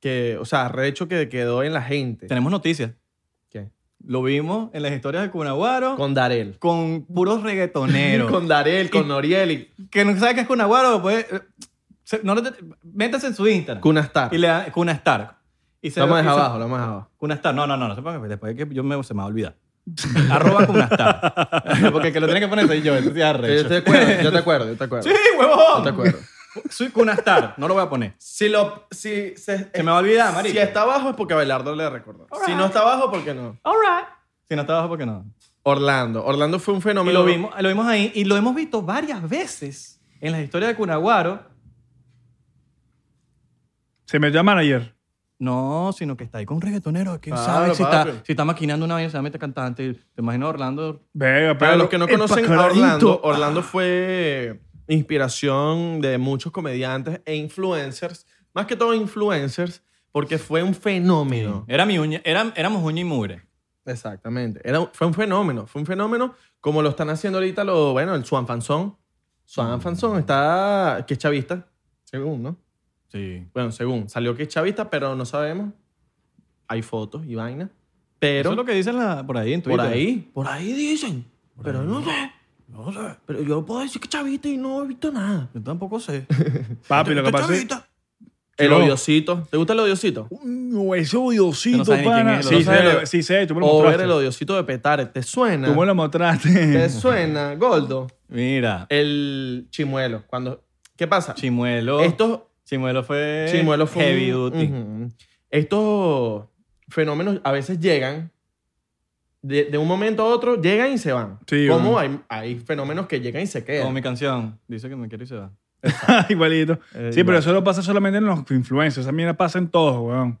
[SPEAKER 3] que, o sea, recho que quedó en la gente.
[SPEAKER 4] Tenemos noticias.
[SPEAKER 3] ¿Qué?
[SPEAKER 4] Lo vimos en las historias de Cunaguaro con,
[SPEAKER 3] Con Darel.
[SPEAKER 4] puros reggaetoneros.
[SPEAKER 3] Con Darel, con Noriel y
[SPEAKER 4] que no sabe qué es Cunaguaro, pues. eh, se- no, lo- métase en su Instagram.
[SPEAKER 3] Kunastar.
[SPEAKER 4] Y le da Cuna Stark. Y se-
[SPEAKER 3] Lo vamos a
[SPEAKER 4] y
[SPEAKER 3] dejar
[SPEAKER 4] se-
[SPEAKER 3] abajo, lo vamos a dejar abajo.
[SPEAKER 4] Cuna Stark. No, no, no, no se ponga, después que yo me, se me va a olvidar. <laughs> Arroba Cuna Stark. <laughs> Porque el que lo tiene que poner soy yo, entonces ya
[SPEAKER 3] Sí, yo te acuerdo, yo te acuerdo, yo te acuerdo.
[SPEAKER 4] Sí,
[SPEAKER 3] Yo te
[SPEAKER 4] huevón.
[SPEAKER 3] acuerdo.
[SPEAKER 4] Soy Cuna Stark, no lo voy a poner.
[SPEAKER 3] Si lo. Si, se,
[SPEAKER 4] Se me va a olvidar, marico.
[SPEAKER 3] Si está abajo es porque Abelardo le recordó. Si no está abajo, ¿por qué no?
[SPEAKER 4] Si no está abajo, ¿por qué no?
[SPEAKER 3] Orlando. Orlando fue un
[SPEAKER 4] Y
[SPEAKER 3] fenómeno.
[SPEAKER 4] lo vimos, lo vimos ahí y lo hemos visto varias veces en las historias de Cunaguaro.
[SPEAKER 1] Se metió a manager.
[SPEAKER 4] No, sino que está ahí con un reggaetonero. ¿Quién
[SPEAKER 3] Claro,
[SPEAKER 4] sabe si está,
[SPEAKER 3] papi.
[SPEAKER 4] si está maquinando una vaina, se va a meter cantante? Te imagino Orlando.
[SPEAKER 1] Venga,
[SPEAKER 3] Para los que no conocen a Orlando,
[SPEAKER 1] Empacaradito.
[SPEAKER 3] Orlando fue inspiración de muchos comediantes e influencers. Más que todo influencers, porque fue un fenómeno.
[SPEAKER 4] Era mi uña, era- éramos uña y mugre.
[SPEAKER 3] Exactamente. Era, fue un fenómeno. Fue un fenómeno como lo están haciendo ahorita lo, bueno, el Swan Fanzón. Swan Fanzón está. que es chavista, según, ¿no?
[SPEAKER 4] Sí.
[SPEAKER 3] Bueno, según. Salió que es chavista, pero no sabemos. Hay fotos y vaina. Pero
[SPEAKER 4] Eso es lo que dicen la- por ahí en
[SPEAKER 3] por
[SPEAKER 4] Twitter.
[SPEAKER 3] ahí. Por ahí dicen. pero no sé. No sé. Pero yo puedo decir que es chavista y no he visto nada.
[SPEAKER 4] Yo tampoco sé.
[SPEAKER 1] Papi, lo que pasa es...
[SPEAKER 3] El
[SPEAKER 1] Claro.
[SPEAKER 3] odiosito. ¿Te gusta el odiosito?
[SPEAKER 1] Uh, ese odiosito,
[SPEAKER 4] No sabe ni quién
[SPEAKER 1] pana.
[SPEAKER 4] es,
[SPEAKER 1] Sí,
[SPEAKER 4] no
[SPEAKER 1] sé,
[SPEAKER 3] sabe.
[SPEAKER 1] sí sé, tú me lo
[SPEAKER 3] O ver el
[SPEAKER 1] mostraste.
[SPEAKER 3] odiosito de Petare. ¿Te
[SPEAKER 1] Tú me
[SPEAKER 3] suena?
[SPEAKER 1] lo
[SPEAKER 3] ¿Te
[SPEAKER 1] mostraste.
[SPEAKER 3] suena, Goldo?
[SPEAKER 4] <laughs> Mira,
[SPEAKER 3] El chimuelo. Cuando... ¿Qué pasa?
[SPEAKER 4] Chimuelo.
[SPEAKER 3] Estos
[SPEAKER 4] Chimuelo fue.
[SPEAKER 3] Chimuelo fue un-
[SPEAKER 4] Eh, Heavy duty.
[SPEAKER 3] Ujú. Estos fenómenos a veces llegan de, de un momento a otro, llegan y se van.
[SPEAKER 1] Sí,
[SPEAKER 3] Como
[SPEAKER 1] bueno.
[SPEAKER 3] hay, hay fenómenos que llegan y se
[SPEAKER 4] Como
[SPEAKER 3] quedan.
[SPEAKER 4] mi canción. Dice que me quiere y se va.
[SPEAKER 1] <laughs> Igualito.
[SPEAKER 3] Eh,
[SPEAKER 1] Sí, pero
[SPEAKER 3] igual.
[SPEAKER 1] eso no pasa solamente en los influencers. Esa mierda pasa en todos, weón.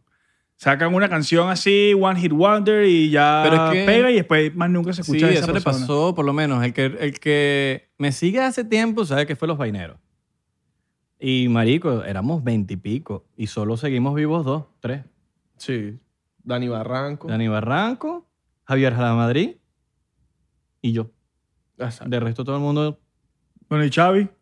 [SPEAKER 1] Sacan una canción así, One Hit Wonder, y ya
[SPEAKER 4] Pero es que-
[SPEAKER 1] pega y después más nunca se
[SPEAKER 4] Sí,
[SPEAKER 1] escucha
[SPEAKER 4] eso
[SPEAKER 1] de esa
[SPEAKER 4] le
[SPEAKER 1] persona.
[SPEAKER 4] pasó, por lo menos. El que, el que me sigue hace tiempo sabe que fue Los Vaineros. Y marico, éramos veintipico y, solo seguimos vivos dos, tres.
[SPEAKER 3] Sí. Dani Barranco.
[SPEAKER 4] Dani Barranco, Javier Jalamadrid y yo.
[SPEAKER 3] Exacto.
[SPEAKER 4] De resto todo el mundo...
[SPEAKER 1] Bueno, y Xavi. Bueno,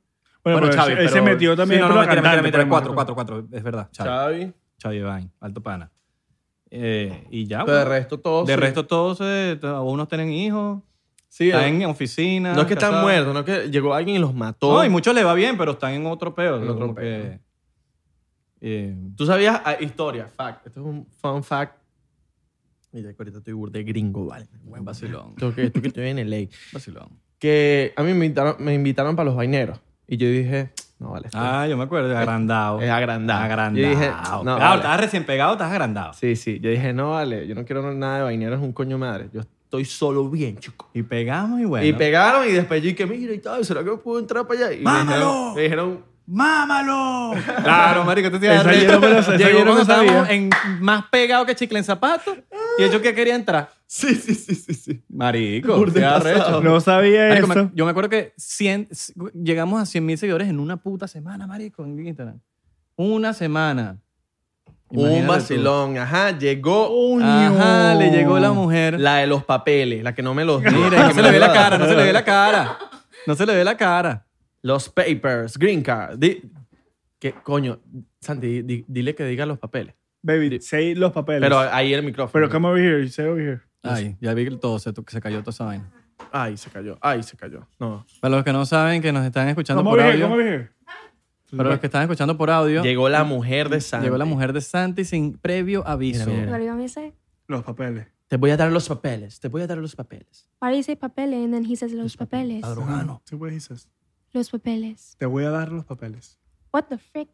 [SPEAKER 4] Bueno,
[SPEAKER 1] pero
[SPEAKER 4] Xavi,
[SPEAKER 1] ese- ese
[SPEAKER 4] pero-
[SPEAKER 1] metió también.
[SPEAKER 4] Sí, no, no,
[SPEAKER 1] pero cantante,
[SPEAKER 4] mentira, mentira, mentira,
[SPEAKER 1] pues,
[SPEAKER 4] cuatro,
[SPEAKER 1] mejor.
[SPEAKER 4] cuatro, cuatro. Es verdad, Xavi.
[SPEAKER 3] Xavi.
[SPEAKER 4] Xavi Vain, alto pana. Eh, y ya,
[SPEAKER 3] Pero de
[SPEAKER 4] bueno.
[SPEAKER 3] resto todos.
[SPEAKER 4] De
[SPEAKER 3] Oh, sí.
[SPEAKER 4] resto todos, eh, to- unos tienen hijos,
[SPEAKER 3] Sí,
[SPEAKER 4] están
[SPEAKER 3] eh,
[SPEAKER 4] en oficina.
[SPEAKER 3] no es que están
[SPEAKER 4] casados.
[SPEAKER 3] muertos, no es que llegó alguien y los mató.
[SPEAKER 4] No, y muchos les va bien, pero están en otro peor. eh,
[SPEAKER 3] En otro peo. Tú sabías ah, historia, fact. Esto es un fun fact. Mira, que ahorita estoy burde gringo, vale.
[SPEAKER 4] buen vacilón,
[SPEAKER 3] Esto que, esto que estoy en el ley.
[SPEAKER 4] vacilón.
[SPEAKER 3] que a mí me invitaron, me invitaron para los vaineros. Y yo dije, no vale, esto
[SPEAKER 4] Ah, yo me acuerdo, agrandado.
[SPEAKER 3] es agrandado.
[SPEAKER 4] agrandado.
[SPEAKER 3] Yo dije, no,
[SPEAKER 4] Pegado,
[SPEAKER 3] vale.
[SPEAKER 4] Estabas recién pegado, estás agrandado.
[SPEAKER 3] Sí, sí. Yo dije, no vale, yo no quiero nada de vaineros, es un coño madre. Yo estoy solo bien, chico.
[SPEAKER 4] Y pegamos y bueno.
[SPEAKER 3] Y pegaron y después yo dije, mira, y tal, ¿será que puedo entrar para allá? Y me
[SPEAKER 4] ¡Mámalo!
[SPEAKER 3] dijeron- Me dijeron,
[SPEAKER 4] ¡Mámalo! Claro, marico, este tú te ibas
[SPEAKER 1] Esa yo no me la sé, esa yo no me sabía.
[SPEAKER 4] estábamos en más pegado que chicle en zapato y ellos que quería entrar.
[SPEAKER 3] sí, sí, sí, sí, sí.
[SPEAKER 4] Marico,
[SPEAKER 3] Burda
[SPEAKER 4] qué
[SPEAKER 3] pasado.
[SPEAKER 4] arrecho.
[SPEAKER 1] No sabía
[SPEAKER 4] Marico,
[SPEAKER 1] eso.
[SPEAKER 4] me- yo me acuerdo que 100 llegamos a 100 mil seguidores en una puta semana, marico, en Instagram. Una semana.
[SPEAKER 3] un
[SPEAKER 4] Imagínate
[SPEAKER 3] vacilón, ajá, llegó
[SPEAKER 4] tú. Ajá, le llegó la mujer.
[SPEAKER 3] la de los papeles, la que no me los dio.
[SPEAKER 4] Mira,
[SPEAKER 3] que
[SPEAKER 4] no se
[SPEAKER 3] me
[SPEAKER 4] le ve
[SPEAKER 3] los <laughs>
[SPEAKER 4] la
[SPEAKER 3] dio.
[SPEAKER 4] cara, no se le ve la cara. No se le ve la cara.
[SPEAKER 3] Los papers, green card. Di- ¿Qué coño? Santi, di- dile que diga los papeles.
[SPEAKER 1] Baby, say los papeles.
[SPEAKER 3] Pero
[SPEAKER 4] eh,
[SPEAKER 1] Pero,
[SPEAKER 3] ahí el micrófono.
[SPEAKER 4] mm.
[SPEAKER 1] come over here, say over here.
[SPEAKER 4] Ay, ya vi que todo se, se cayó toda esa vaina.
[SPEAKER 3] Ay, se cayó. Ay, se cayó. No.
[SPEAKER 4] Para los que no saben, que nos están escuchando
[SPEAKER 1] Come
[SPEAKER 4] por
[SPEAKER 1] over here,
[SPEAKER 4] audio.
[SPEAKER 1] come over here.
[SPEAKER 4] Para los que están escuchando por audio,
[SPEAKER 3] Llegó
[SPEAKER 4] llegó,
[SPEAKER 3] la mujer de Santi.
[SPEAKER 4] la mujer de Santi sin previo aviso.
[SPEAKER 3] Mira, mira.
[SPEAKER 5] What do you want me to say?
[SPEAKER 1] Los papeles.
[SPEAKER 3] Te voy a dar los papeles. Te voy a dar los papeles.
[SPEAKER 5] Why do you say papeles? And then he says los papeles.
[SPEAKER 1] Drogano. dices?
[SPEAKER 5] Los papeles.
[SPEAKER 1] Te voy a dar los papeles.
[SPEAKER 5] What the frick?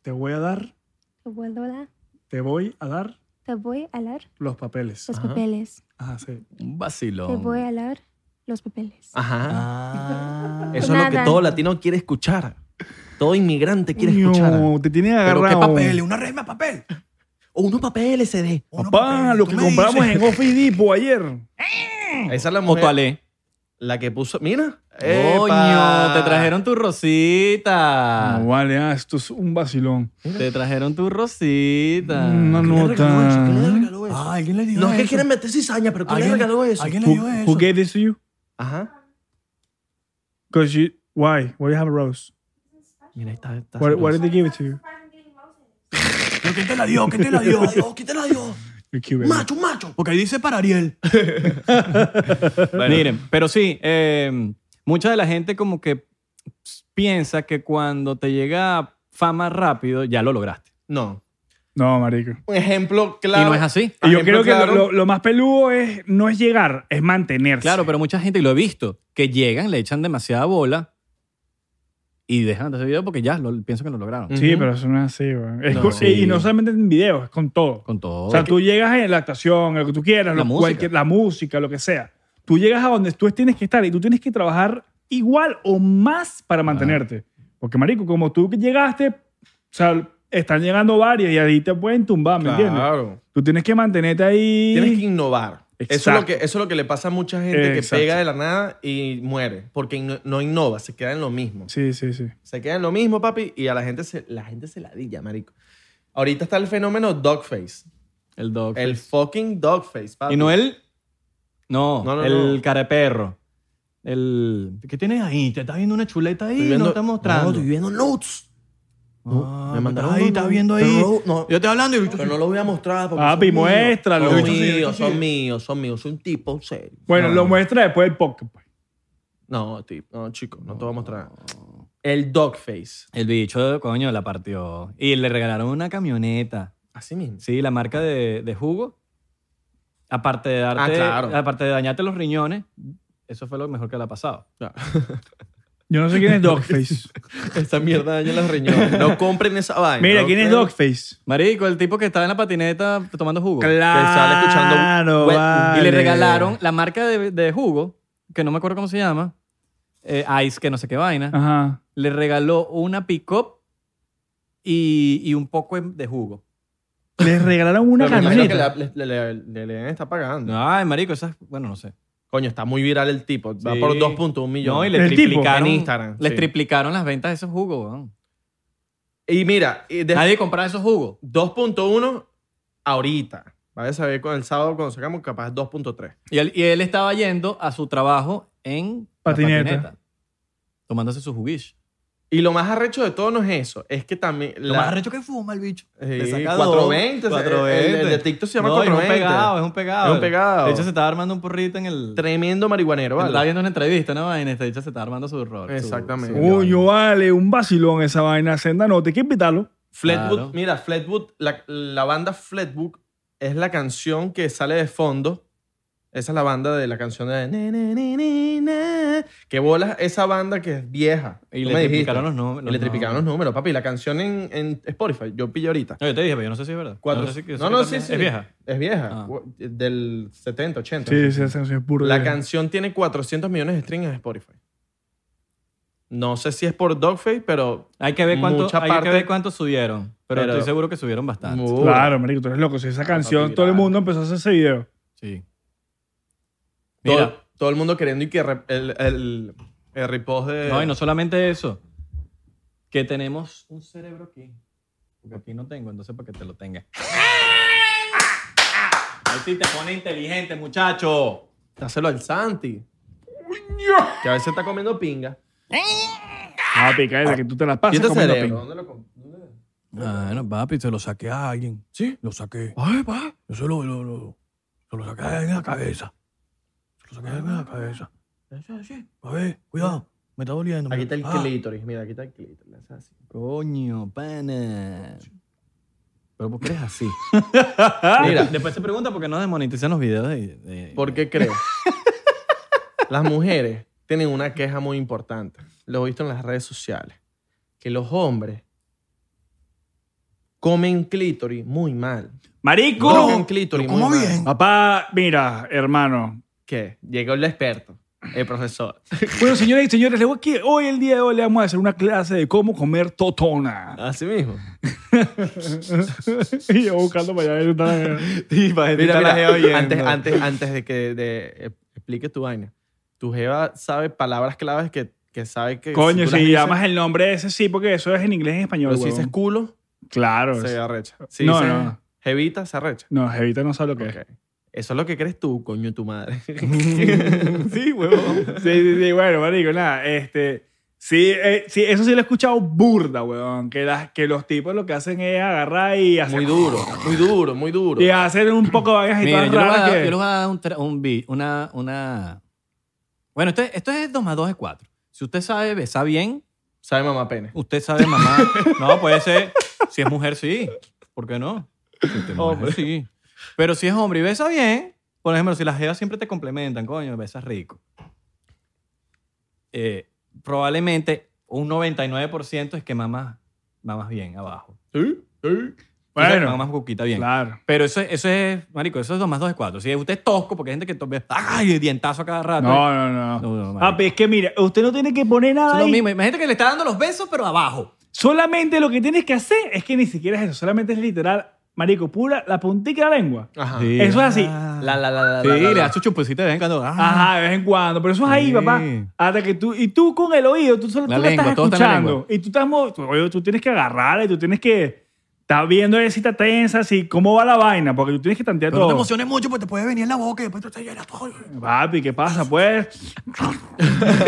[SPEAKER 1] Te voy a dar,
[SPEAKER 5] Te vuelvo a dar.
[SPEAKER 1] te voy a dar
[SPEAKER 5] Te voy a dar
[SPEAKER 1] los papeles.
[SPEAKER 5] los papeles.
[SPEAKER 1] Ajá, sí.
[SPEAKER 4] Un
[SPEAKER 5] Te
[SPEAKER 4] vacilón.
[SPEAKER 5] voy a dar los papeles.
[SPEAKER 3] Ajá.
[SPEAKER 4] Ah.
[SPEAKER 3] Eso es lo que
[SPEAKER 5] Nada.
[SPEAKER 3] todo latino quiere escuchar. Todo inmigrante quiere escuchar.
[SPEAKER 1] No, te tienen
[SPEAKER 4] Pero qué
[SPEAKER 1] agarrado.
[SPEAKER 4] papel, una rema de papel.
[SPEAKER 3] O unos papeles se dé.
[SPEAKER 1] Papá, lo que compramos en Office Depot ayer.
[SPEAKER 3] Esa es la mujer.
[SPEAKER 4] Motualé.
[SPEAKER 3] La que puso. Mira.
[SPEAKER 4] Coño,
[SPEAKER 3] ¡Epa!
[SPEAKER 4] te trajeron tu rosita.
[SPEAKER 1] No vale, ah, esto es un vacilón.
[SPEAKER 4] Te trajeron tu rosita.
[SPEAKER 1] Una
[SPEAKER 3] ¿Quién le regaló eso? ¿Quién le
[SPEAKER 1] nota.
[SPEAKER 3] regaló eso?
[SPEAKER 4] Ah, alguien le dio
[SPEAKER 3] No es que
[SPEAKER 4] eso?
[SPEAKER 3] quieren meter cizaña, pero ¿quién le
[SPEAKER 4] ¿Alguien-
[SPEAKER 3] regaló eso?
[SPEAKER 4] ¿Alguien le
[SPEAKER 1] Who,
[SPEAKER 4] dio
[SPEAKER 1] who
[SPEAKER 4] eso?
[SPEAKER 1] gave this to you?
[SPEAKER 3] Ajá.
[SPEAKER 1] Because you, why? Why do you have a rose?
[SPEAKER 3] Mira, ahí está. está
[SPEAKER 1] Why, why did they give it to you?
[SPEAKER 3] <laughs>
[SPEAKER 4] ¿Quién te la dio? ¿Quién te la dio? ¿Quién te la dio?
[SPEAKER 1] El Q-Baby.
[SPEAKER 4] Macho, macho. Porque ahí dice para Ariel. Miren, pero sí, eh, mucha de la gente como que piensa que cuando te llega fama rápido, ya lo lograste.
[SPEAKER 3] No.
[SPEAKER 1] No, marico.
[SPEAKER 3] Un ejemplo claro.
[SPEAKER 4] Y no es así.
[SPEAKER 1] Y yo
[SPEAKER 3] Ejemplo
[SPEAKER 1] creo que
[SPEAKER 3] Ah, claro.
[SPEAKER 1] lo, lo más peludo es, no es llegar, es mantenerse.
[SPEAKER 4] Claro, pero mucha gente, y lo he visto, que llegan, le echan demasiada bola y dejan de hacer video porque ya lo, pienso que lo lograron.
[SPEAKER 1] Sí,
[SPEAKER 3] Ujú.
[SPEAKER 1] pero eso no es así, weón. Es
[SPEAKER 4] No.
[SPEAKER 1] con- Y, y no solamente en videos, es con todo.
[SPEAKER 4] Con todo.
[SPEAKER 1] O sea, tú llegas en la actuación, lo que tú quieras,
[SPEAKER 4] La
[SPEAKER 1] lo-
[SPEAKER 4] música.
[SPEAKER 1] cualquier- la música, lo que sea. Tú llegas a donde tú tienes que estar y tú tienes que trabajar igual o más para mantenerte. Porque, marico, como tú que llegaste, o sea, están llegando varias y ahí te pueden tumbar, ¿me entiendes?
[SPEAKER 3] Claro.
[SPEAKER 1] Tú tienes que mantenerte ahí.
[SPEAKER 3] Tienes que innovar. Eso es,
[SPEAKER 1] Exacto.
[SPEAKER 3] lo que, eso es lo que le pasa a mucha gente
[SPEAKER 1] Exacto.
[SPEAKER 3] que pega de la nada y muere. Porque in- no innova, se queda en lo mismo.
[SPEAKER 1] Sí, sí, sí.
[SPEAKER 3] Se queda en lo mismo, papi, y a la gente se la, gente se la dilla, marico. Ahorita está el fenómeno dogface.
[SPEAKER 4] el dog.
[SPEAKER 3] El fucking dogface, papi.
[SPEAKER 4] y no el... No,
[SPEAKER 3] No, no,
[SPEAKER 4] el
[SPEAKER 3] no.
[SPEAKER 4] careperro. El... ¿Qué tienes ahí? Te estás viendo una chuleta ahí
[SPEAKER 3] Estoy
[SPEAKER 4] y
[SPEAKER 3] viendo-
[SPEAKER 4] no está mostrando.
[SPEAKER 3] No, estoy viendo nudes.
[SPEAKER 4] Ah,
[SPEAKER 3] me mandaron
[SPEAKER 4] estás ahí,
[SPEAKER 3] uno,
[SPEAKER 4] estás
[SPEAKER 3] no,
[SPEAKER 4] viendo ahí.
[SPEAKER 3] pero no, no.
[SPEAKER 4] Yo te hablando y...
[SPEAKER 3] Pero no lo voy a mostrar. porque
[SPEAKER 1] Papi,
[SPEAKER 3] son míos.
[SPEAKER 1] muéstralo. Sí,
[SPEAKER 3] Son
[SPEAKER 1] sí, sí,
[SPEAKER 3] míos,
[SPEAKER 1] sí.
[SPEAKER 3] son míos, son míos. Soy un tipo serio.
[SPEAKER 1] Bueno,
[SPEAKER 3] No,
[SPEAKER 1] lo
[SPEAKER 3] no.
[SPEAKER 1] muestra después del podcast. pues.
[SPEAKER 3] No, tipo, no, chico, no te voy a mostrar. El dogface.
[SPEAKER 4] El bicho, coño, la partió. Y le regalaron una camioneta.
[SPEAKER 3] Así mismo.
[SPEAKER 4] <laughs> Sí, la marca de, de jugo. Aparte de darte,
[SPEAKER 3] Ah, claro.
[SPEAKER 4] aparte de dañarte los riñones, eso fue lo mejor que le ha pasado.
[SPEAKER 1] Yo no sé
[SPEAKER 3] <laughs>
[SPEAKER 1] quién es Dogface.
[SPEAKER 3] Esta mierda daña los riñones. No compren esa vaina.
[SPEAKER 1] Mira,
[SPEAKER 3] ¿no?
[SPEAKER 1] ¿quién es
[SPEAKER 3] Que-
[SPEAKER 1] Dogface?
[SPEAKER 4] Marico, el tipo que estaba en la patineta tomando jugo.
[SPEAKER 3] sale escuchando- Bueno,
[SPEAKER 4] Y le
[SPEAKER 1] vale.
[SPEAKER 4] regalaron la marca de, de jugo, que no me acuerdo cómo se llama, eh, Ice, que no sé qué vaina.
[SPEAKER 3] Ah.
[SPEAKER 1] Ajá.
[SPEAKER 4] Le regaló una pick-up y, y un poco de jugo.
[SPEAKER 1] Les regalaron una
[SPEAKER 3] Pero me imagino que
[SPEAKER 1] camioneta.
[SPEAKER 3] la- le, le, le- le está pagando.
[SPEAKER 4] Ay, marico, esas... Bueno, no sé.
[SPEAKER 3] Coño, está muy viral el tipo. Va
[SPEAKER 4] Sí.
[SPEAKER 3] por 2.1
[SPEAKER 4] No, y
[SPEAKER 3] millones.
[SPEAKER 4] le
[SPEAKER 1] El tipo.
[SPEAKER 4] triplicaron...
[SPEAKER 3] En Instagram,
[SPEAKER 4] Les
[SPEAKER 3] sí.
[SPEAKER 4] triplicaron las ventas de esos jugos, weón.
[SPEAKER 3] Y, mira, y de-
[SPEAKER 4] Nadie compraba esos jugos.
[SPEAKER 3] 2.1 ahorita. Vaya a saber con el sábado cuando sacamos, capaz 2.3.
[SPEAKER 4] Y él, y él estaba yendo a su trabajo en la
[SPEAKER 1] Patineta.
[SPEAKER 4] tomándose su juguish.
[SPEAKER 3] Y lo más arrecho de todo no es eso. Es que también.
[SPEAKER 4] Lo
[SPEAKER 3] la-
[SPEAKER 4] más arrecho que fuma el bicho.
[SPEAKER 3] Sí,
[SPEAKER 4] Le saca
[SPEAKER 3] 420,
[SPEAKER 4] dos,
[SPEAKER 3] o sea, el- el de TikTok se llama
[SPEAKER 4] No, y Es
[SPEAKER 3] 420.
[SPEAKER 4] un pegado, es un pegado.
[SPEAKER 3] Es un pegado.
[SPEAKER 4] De hecho, se estaba armando un porrito en el...
[SPEAKER 3] Tremendo marihuanero, ¿vale?
[SPEAKER 4] Estaba viendo una entrevista, ¿no? Y en este dicho se estaba armando su rol. su-
[SPEAKER 3] Exactamente. Uh,
[SPEAKER 4] su-
[SPEAKER 1] Uy, yo vale, un vacilón esa vaina. Senda no, te que invitarlo.
[SPEAKER 3] Flatwood,
[SPEAKER 4] Claro.
[SPEAKER 3] mira, Flatwood, la, la banda Flatwood es la canción que sale de fondo. Esa es la banda de la canción de. "Na, na, na, na, na", que bola esa banda que es vieja.
[SPEAKER 4] Y
[SPEAKER 3] Tú
[SPEAKER 4] le
[SPEAKER 3] me dijiste.
[SPEAKER 4] triplicaron los
[SPEAKER 3] Y
[SPEAKER 4] números.
[SPEAKER 3] le triplicaron los números, papi. La canción en, en Spotify, yo pillé ahorita.
[SPEAKER 4] No, yo te dije, pero yo no sé si es verdad.
[SPEAKER 3] Cuatro-
[SPEAKER 4] Yo no, sé si- yo sé
[SPEAKER 3] No,
[SPEAKER 4] que
[SPEAKER 3] no,
[SPEAKER 4] también-
[SPEAKER 3] sí, sí.
[SPEAKER 4] Es vieja.
[SPEAKER 3] Es vieja.
[SPEAKER 4] Ah.
[SPEAKER 3] Del 70, 80.
[SPEAKER 1] Sí, sí, esa canción es pura.
[SPEAKER 3] La
[SPEAKER 1] vieja.
[SPEAKER 3] canción tiene 400 millones de streams en Spotify. No sé si es por Dogface, pero.
[SPEAKER 4] Hay que ver cuánto,
[SPEAKER 3] Mucha
[SPEAKER 4] hay
[SPEAKER 3] parte-
[SPEAKER 4] que ver cuánto subieron. Pero,
[SPEAKER 3] Pero-
[SPEAKER 4] estoy seguro que subieron bastante.
[SPEAKER 3] Mu-
[SPEAKER 1] Claro, marico, tú eres loco. Si esa canción,
[SPEAKER 3] papi,
[SPEAKER 1] todo el
[SPEAKER 3] viral.
[SPEAKER 1] mundo empezó a hacer ese video.
[SPEAKER 4] Sí. Mira,
[SPEAKER 3] Todo, todo el mundo queriendo y que re- el, el, el repost de.
[SPEAKER 4] No, y no solamente eso. Que tenemos un cerebro aquí. Porque aquí no tengo, entonces para que te lo tenga. <laughs> Ahí sí te pone inteligente, muchacho.
[SPEAKER 3] Dáselo al Santi. Que a veces está comiendo pinga.
[SPEAKER 1] Ah, pica, que tú te las
[SPEAKER 3] ¿Y
[SPEAKER 1] pasas.
[SPEAKER 3] este
[SPEAKER 1] comiendo
[SPEAKER 3] cerebro?
[SPEAKER 1] pin.
[SPEAKER 3] ¿Dónde lo com- dónde?
[SPEAKER 4] Bueno, papi, se lo saqué a alguien.
[SPEAKER 3] ¿Sí?
[SPEAKER 4] Lo saqué. Ay, pa. Yo se lo, lo, lo, se lo saqué de la cabeza. Se lo saqué de la cabeza. A ver, cuidado. Me está doliendo.
[SPEAKER 3] Aquí está el
[SPEAKER 4] Ah.
[SPEAKER 3] clítoris. Mira, aquí está el clítoris. Es así.
[SPEAKER 4] Coño, pana. Pero ¿por qué eres <laughs> así? Mira,
[SPEAKER 3] Mira,
[SPEAKER 4] después se pregunta por qué no desmonetizan los videos de... de-
[SPEAKER 3] ¿por qué
[SPEAKER 1] <laughs>
[SPEAKER 3] creo? Las mujeres tienen una queja muy importante. Lo he visto en las redes sociales. Que los hombres comen clítoris muy mal.
[SPEAKER 1] Marico.
[SPEAKER 3] Drogan clítoris muy mal.
[SPEAKER 1] Papá, mira, hermano.
[SPEAKER 3] ¿Qué? Llegó el experto, el profesor.
[SPEAKER 1] Bueno, señoras y señores, le voy aquí. Hoy, el día de hoy, le vamos a hacer una clase de cómo comer totona. <laughs>
[SPEAKER 3] Así mismo.
[SPEAKER 1] y yo buscando para allá. una-
[SPEAKER 3] Mira,
[SPEAKER 4] Está
[SPEAKER 3] mira,
[SPEAKER 4] la jeva oyendo.
[SPEAKER 3] antes,
[SPEAKER 1] <laughs>
[SPEAKER 3] antes, antes de que de- expliques tu vaina, tu jeva sabe palabras claves que, que sabe que.
[SPEAKER 1] Coño,
[SPEAKER 3] tú
[SPEAKER 1] si,
[SPEAKER 3] las dices,
[SPEAKER 1] llamas el nombre de ese, sí, porque eso es en inglés y en español.
[SPEAKER 3] Pero si dices
[SPEAKER 1] huevón.
[SPEAKER 3] culo,
[SPEAKER 1] claro.
[SPEAKER 3] se arrecha. Si
[SPEAKER 1] No,
[SPEAKER 3] dices
[SPEAKER 1] no.
[SPEAKER 3] jevita, se arrecha.
[SPEAKER 1] No, Jevita no sabe lo que es.
[SPEAKER 3] Ok. Eso es lo que crees tú,
[SPEAKER 4] <laughs>
[SPEAKER 3] coño, tu madre. <laughs>
[SPEAKER 4] sí, huevón.
[SPEAKER 1] <laughs> Sí, sí, sí, bueno, marico, nada, este... Sí, eh, sí, eso sí lo he escuchado burda, weón. Que, las, que los tipos lo que hacen es agarrar y hacer.
[SPEAKER 3] Muy duro, muy duro, muy duro.
[SPEAKER 1] Y hacer un poco de vainas y todas
[SPEAKER 4] Mira, yo les voy a
[SPEAKER 1] raras
[SPEAKER 4] dar,
[SPEAKER 1] que-
[SPEAKER 4] yo les voy a dar un, tra- un bi- una, una... Bueno, esto, es- esto es 2 más 2 es 4. Si usted sabe besar bien,
[SPEAKER 3] Sabe mamá pene.
[SPEAKER 4] usted sabe mamá. No, puede ser... Si es mujer, sí. ¿Por qué no? Si usted es mujer, sí. Pero si es hombre y besa bien, por ejemplo, si las jevas siempre te complementan, coño, besas rico. Eh, probablemente un 99% es que mamás, mamás bien abajo.
[SPEAKER 3] Sí, sí.
[SPEAKER 4] O sea, que
[SPEAKER 1] Bueno,
[SPEAKER 4] mamás cuquita bien.
[SPEAKER 1] claro.
[SPEAKER 4] Pero eso, eso es, marico, eso es 2 más 2 es 4. Si usted es tosco, porque hay gente que tome, ¡ay! Dientazo a cada rato.
[SPEAKER 1] No, no, no.
[SPEAKER 4] Ah, No, no, marico.
[SPEAKER 1] Papi, es que mira, usted no tiene que poner
[SPEAKER 4] Eso
[SPEAKER 1] nada.
[SPEAKER 4] es lo
[SPEAKER 1] ahí.
[SPEAKER 4] mismo. Imagínate que le está dando los besos, pero abajo.
[SPEAKER 1] Solamente lo que tienes que hacer es que ni siquiera es eso. Solamente es literal, marico, pura la puntica de la lengua.
[SPEAKER 3] Ajá.
[SPEAKER 4] Ah, Sí.
[SPEAKER 1] Eso es así.
[SPEAKER 3] La, la, la, la,
[SPEAKER 4] Sí,
[SPEAKER 3] la, la,
[SPEAKER 4] le
[SPEAKER 3] la.
[SPEAKER 4] das su chumpucita de vez en cuando. ¡Ah!
[SPEAKER 1] Ajá, de vez en cuando. Pero eso es ahí,
[SPEAKER 4] Sí.
[SPEAKER 1] papá. Hasta que tú, y tú con el oído, tú solo
[SPEAKER 4] La
[SPEAKER 1] tú
[SPEAKER 4] lengua,
[SPEAKER 1] la estás
[SPEAKER 4] todo está en la
[SPEAKER 1] escuchando.
[SPEAKER 4] lengua.
[SPEAKER 1] y tú estás, mo- tu oído, tú tienes que agarrarla y tú tienes que estar viendo ahí si está tensa, si cómo va la vaina, porque tú tienes que tantear
[SPEAKER 4] Pero no te
[SPEAKER 1] todo.
[SPEAKER 4] emociones mucho porque te puede venir en la boca y después tú te llenas todo.
[SPEAKER 1] Papi, ¿qué pasa, pues?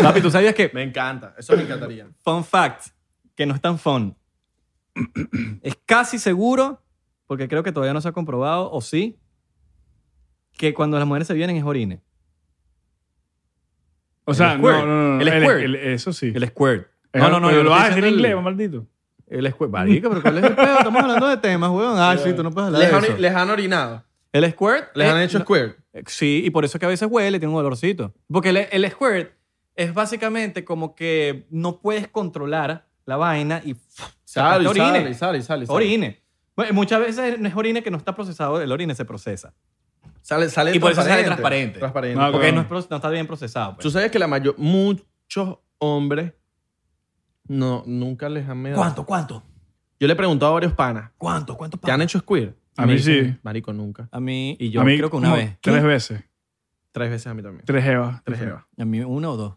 [SPEAKER 4] Papi, ¿tú sabías que?
[SPEAKER 3] Me encanta, eso me
[SPEAKER 4] <laughs>
[SPEAKER 3] encantaría.
[SPEAKER 4] Fun fact, que no es tan fun. <clears throat> es casi seguro, porque creo que todavía no se ha comprobado, o sí, que cuando las mujeres se vienen es orine.
[SPEAKER 1] O sea,
[SPEAKER 4] El
[SPEAKER 1] no, no,
[SPEAKER 4] squirt.
[SPEAKER 1] no, no.
[SPEAKER 4] El squirt.
[SPEAKER 1] eso sí.
[SPEAKER 4] El squirt.
[SPEAKER 1] Eh, Pero
[SPEAKER 4] yo
[SPEAKER 1] lo
[SPEAKER 4] estoy
[SPEAKER 1] vas a decir en
[SPEAKER 4] diciendo
[SPEAKER 1] inglés,
[SPEAKER 4] el-
[SPEAKER 1] maldito.
[SPEAKER 4] El squirt. Marica, pero ¿cuál es el pedo? Estamos hablando de temas, weón. Ah, sí, tú no puedes
[SPEAKER 3] Les
[SPEAKER 4] hablar
[SPEAKER 3] han,
[SPEAKER 4] de eso.
[SPEAKER 3] les han orinado.
[SPEAKER 4] El squirt.
[SPEAKER 3] Les
[SPEAKER 4] eh,
[SPEAKER 3] han hecho
[SPEAKER 4] no-
[SPEAKER 3] squirt.
[SPEAKER 4] eh, Sí, y por eso es que a veces huele, tiene un olorcito. Porque el, el squirt es básicamente como que no puedes controlar la vaina y
[SPEAKER 3] Sale, y
[SPEAKER 4] orine.
[SPEAKER 3] sale, y sale, y sale, y sale.
[SPEAKER 4] orine. Bueno, Muchas veces no es orine que no está procesado, el orine se procesa.
[SPEAKER 3] Sale, sale
[SPEAKER 4] Y por eso sale transparente. Ah,
[SPEAKER 3] Transparente.
[SPEAKER 1] No,
[SPEAKER 4] Porque
[SPEAKER 1] claro.
[SPEAKER 4] no, es pro- no está bien procesado. pues.
[SPEAKER 3] Tú sabes que la mayor, muchos hombres no, nunca les han meado.
[SPEAKER 4] ¿Cuánto? ¿Cuánto?
[SPEAKER 3] Yo le he preguntado a varios panas,
[SPEAKER 4] ¿Cuánto? ¿Cuánto?
[SPEAKER 3] ¿te han hecho squirt?
[SPEAKER 1] A
[SPEAKER 3] Y me
[SPEAKER 1] mí sí.
[SPEAKER 3] dicen, Marico, nunca.
[SPEAKER 4] A mí, y yo
[SPEAKER 1] a mí,
[SPEAKER 4] creo que una
[SPEAKER 1] como
[SPEAKER 4] vez.
[SPEAKER 1] Tres veces.
[SPEAKER 3] Tres veces a mí también.
[SPEAKER 1] Tres evas.
[SPEAKER 3] Tres jevas.
[SPEAKER 4] A mí una o dos.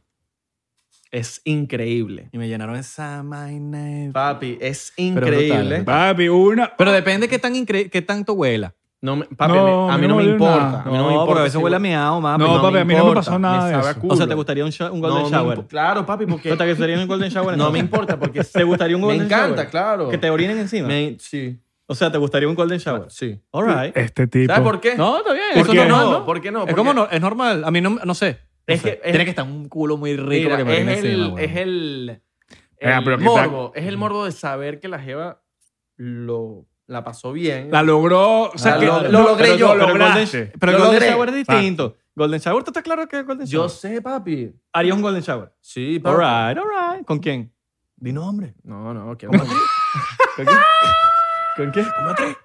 [SPEAKER 3] Es increíble.
[SPEAKER 4] Y me llenaron esa vaina.
[SPEAKER 3] Papi, es
[SPEAKER 4] brutal,
[SPEAKER 3] increíble.
[SPEAKER 4] brutal.
[SPEAKER 1] Papi, una.
[SPEAKER 4] Pero depende qué, tan incre- qué tanto huela.
[SPEAKER 3] No me- papi,
[SPEAKER 1] No,
[SPEAKER 3] a mí no me
[SPEAKER 1] huele
[SPEAKER 3] importa.
[SPEAKER 1] nada.
[SPEAKER 3] A mí no me importa.
[SPEAKER 4] pero a veces
[SPEAKER 3] si-
[SPEAKER 4] huele a meado, mami.
[SPEAKER 1] No, papi, a mí no me
[SPEAKER 3] importa,
[SPEAKER 1] pasó nada de
[SPEAKER 3] sabe a
[SPEAKER 1] eso.
[SPEAKER 3] culo.
[SPEAKER 4] O sea, ¿te gustaría un, sho- un
[SPEAKER 3] No,
[SPEAKER 4] golden
[SPEAKER 3] no
[SPEAKER 4] shower?
[SPEAKER 3] impo- Claro, papi, porque
[SPEAKER 4] ¿No te gustaría
[SPEAKER 3] <laughs>
[SPEAKER 4] un golden shower?
[SPEAKER 3] no me
[SPEAKER 4] entonces?
[SPEAKER 3] importa <laughs> porque
[SPEAKER 4] ¿Te gustaría un
[SPEAKER 3] me
[SPEAKER 4] golden shower?
[SPEAKER 3] encanta, claro.
[SPEAKER 4] Que te orinen encima.
[SPEAKER 3] Me- sí,
[SPEAKER 4] O sea, ¿te gustaría un golden shower?
[SPEAKER 3] sí.
[SPEAKER 4] All right.
[SPEAKER 1] Este tipo.
[SPEAKER 3] ¿Sabes por qué?
[SPEAKER 4] No, está bien.
[SPEAKER 3] ¿Por
[SPEAKER 4] eso
[SPEAKER 3] qué
[SPEAKER 4] es normal,
[SPEAKER 3] no?
[SPEAKER 4] ¿no?
[SPEAKER 3] ¿Por qué no?
[SPEAKER 4] Es
[SPEAKER 3] Porque-
[SPEAKER 4] como no- es normal. A mí no, no sé. No
[SPEAKER 3] Es
[SPEAKER 4] sé.
[SPEAKER 3] que- es-
[SPEAKER 4] Tiene que estar un culo muy rico
[SPEAKER 3] Mira,
[SPEAKER 4] para que me orine
[SPEAKER 3] es, el,
[SPEAKER 4] encima,
[SPEAKER 3] es
[SPEAKER 4] weón.
[SPEAKER 3] el,
[SPEAKER 1] Venga,
[SPEAKER 3] el
[SPEAKER 1] pero ¿qué tal?
[SPEAKER 3] morbo. Es el morbo de saber que la jeva lo, la pasó bien.
[SPEAKER 1] La logró. O sea,
[SPEAKER 4] Ah,
[SPEAKER 3] La
[SPEAKER 1] que
[SPEAKER 3] logré.
[SPEAKER 1] lo
[SPEAKER 3] Lo
[SPEAKER 1] logré
[SPEAKER 3] logré
[SPEAKER 1] yo.
[SPEAKER 3] yo,
[SPEAKER 1] Lo
[SPEAKER 3] pero el
[SPEAKER 1] lograste.
[SPEAKER 4] Pero el
[SPEAKER 3] Lo
[SPEAKER 4] golden
[SPEAKER 3] logré. Ah.
[SPEAKER 4] shower es distinto. Golden shower, ¿tú estás claro que es golden shower?
[SPEAKER 3] Yo sé, papi.
[SPEAKER 4] haría un golden shower.
[SPEAKER 3] Sí,
[SPEAKER 4] All
[SPEAKER 3] papi.
[SPEAKER 4] right, all right. ¿Con quién? Di nombre.
[SPEAKER 3] No, no, que ¿Con qué? ¿Con qué?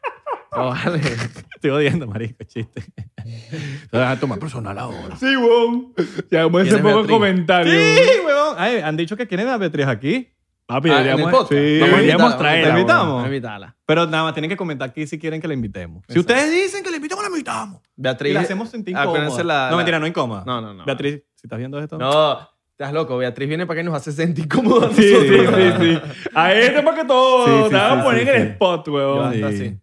[SPEAKER 3] No, <laughs> vale.
[SPEAKER 4] <laughs> Estoy odiando, marico,
[SPEAKER 3] <laughs>
[SPEAKER 4] chiste. Te vas a tomar personal ahora.
[SPEAKER 1] Sí, weón. Ya, como ese
[SPEAKER 3] ¿Quién es
[SPEAKER 1] poco
[SPEAKER 3] Beatriz?
[SPEAKER 1] comentario.
[SPEAKER 4] huevón. Ay, han dicho que quieren a Beatriz aquí.
[SPEAKER 1] Papi,
[SPEAKER 3] Ah, en el
[SPEAKER 1] deberíamos,
[SPEAKER 3] podcast.
[SPEAKER 1] sí,
[SPEAKER 3] Vamos a
[SPEAKER 1] deberíamos
[SPEAKER 3] invitarla,
[SPEAKER 1] traerla.
[SPEAKER 4] ¿La
[SPEAKER 1] weón.
[SPEAKER 4] invitamos?
[SPEAKER 3] Vamos a invitarla.
[SPEAKER 4] Pero nada más tienen que comentar aquí si quieren que la invitemos. Si
[SPEAKER 3] Exacto.
[SPEAKER 4] ustedes dicen que la invitamos, la invitamos.
[SPEAKER 3] Beatriz.
[SPEAKER 4] Y la hacemos sentir incómoda.
[SPEAKER 3] acuérdense la-
[SPEAKER 4] No,
[SPEAKER 3] la-
[SPEAKER 4] mentira, no incómoda.
[SPEAKER 3] No, no, no.
[SPEAKER 4] Beatriz, si estás viendo esto.
[SPEAKER 3] No, estás loco. Beatriz viene para que nos hace sentir cómodos. a
[SPEAKER 1] Sí, sí,
[SPEAKER 3] nosotros.
[SPEAKER 1] sí, sí. A este porque todo.
[SPEAKER 4] Sí, sí,
[SPEAKER 1] te van
[SPEAKER 4] sí,
[SPEAKER 1] a poner
[SPEAKER 4] sí,
[SPEAKER 1] en el
[SPEAKER 4] sí.
[SPEAKER 1] spot, weón.
[SPEAKER 4] Sí.
[SPEAKER 3] Hasta así.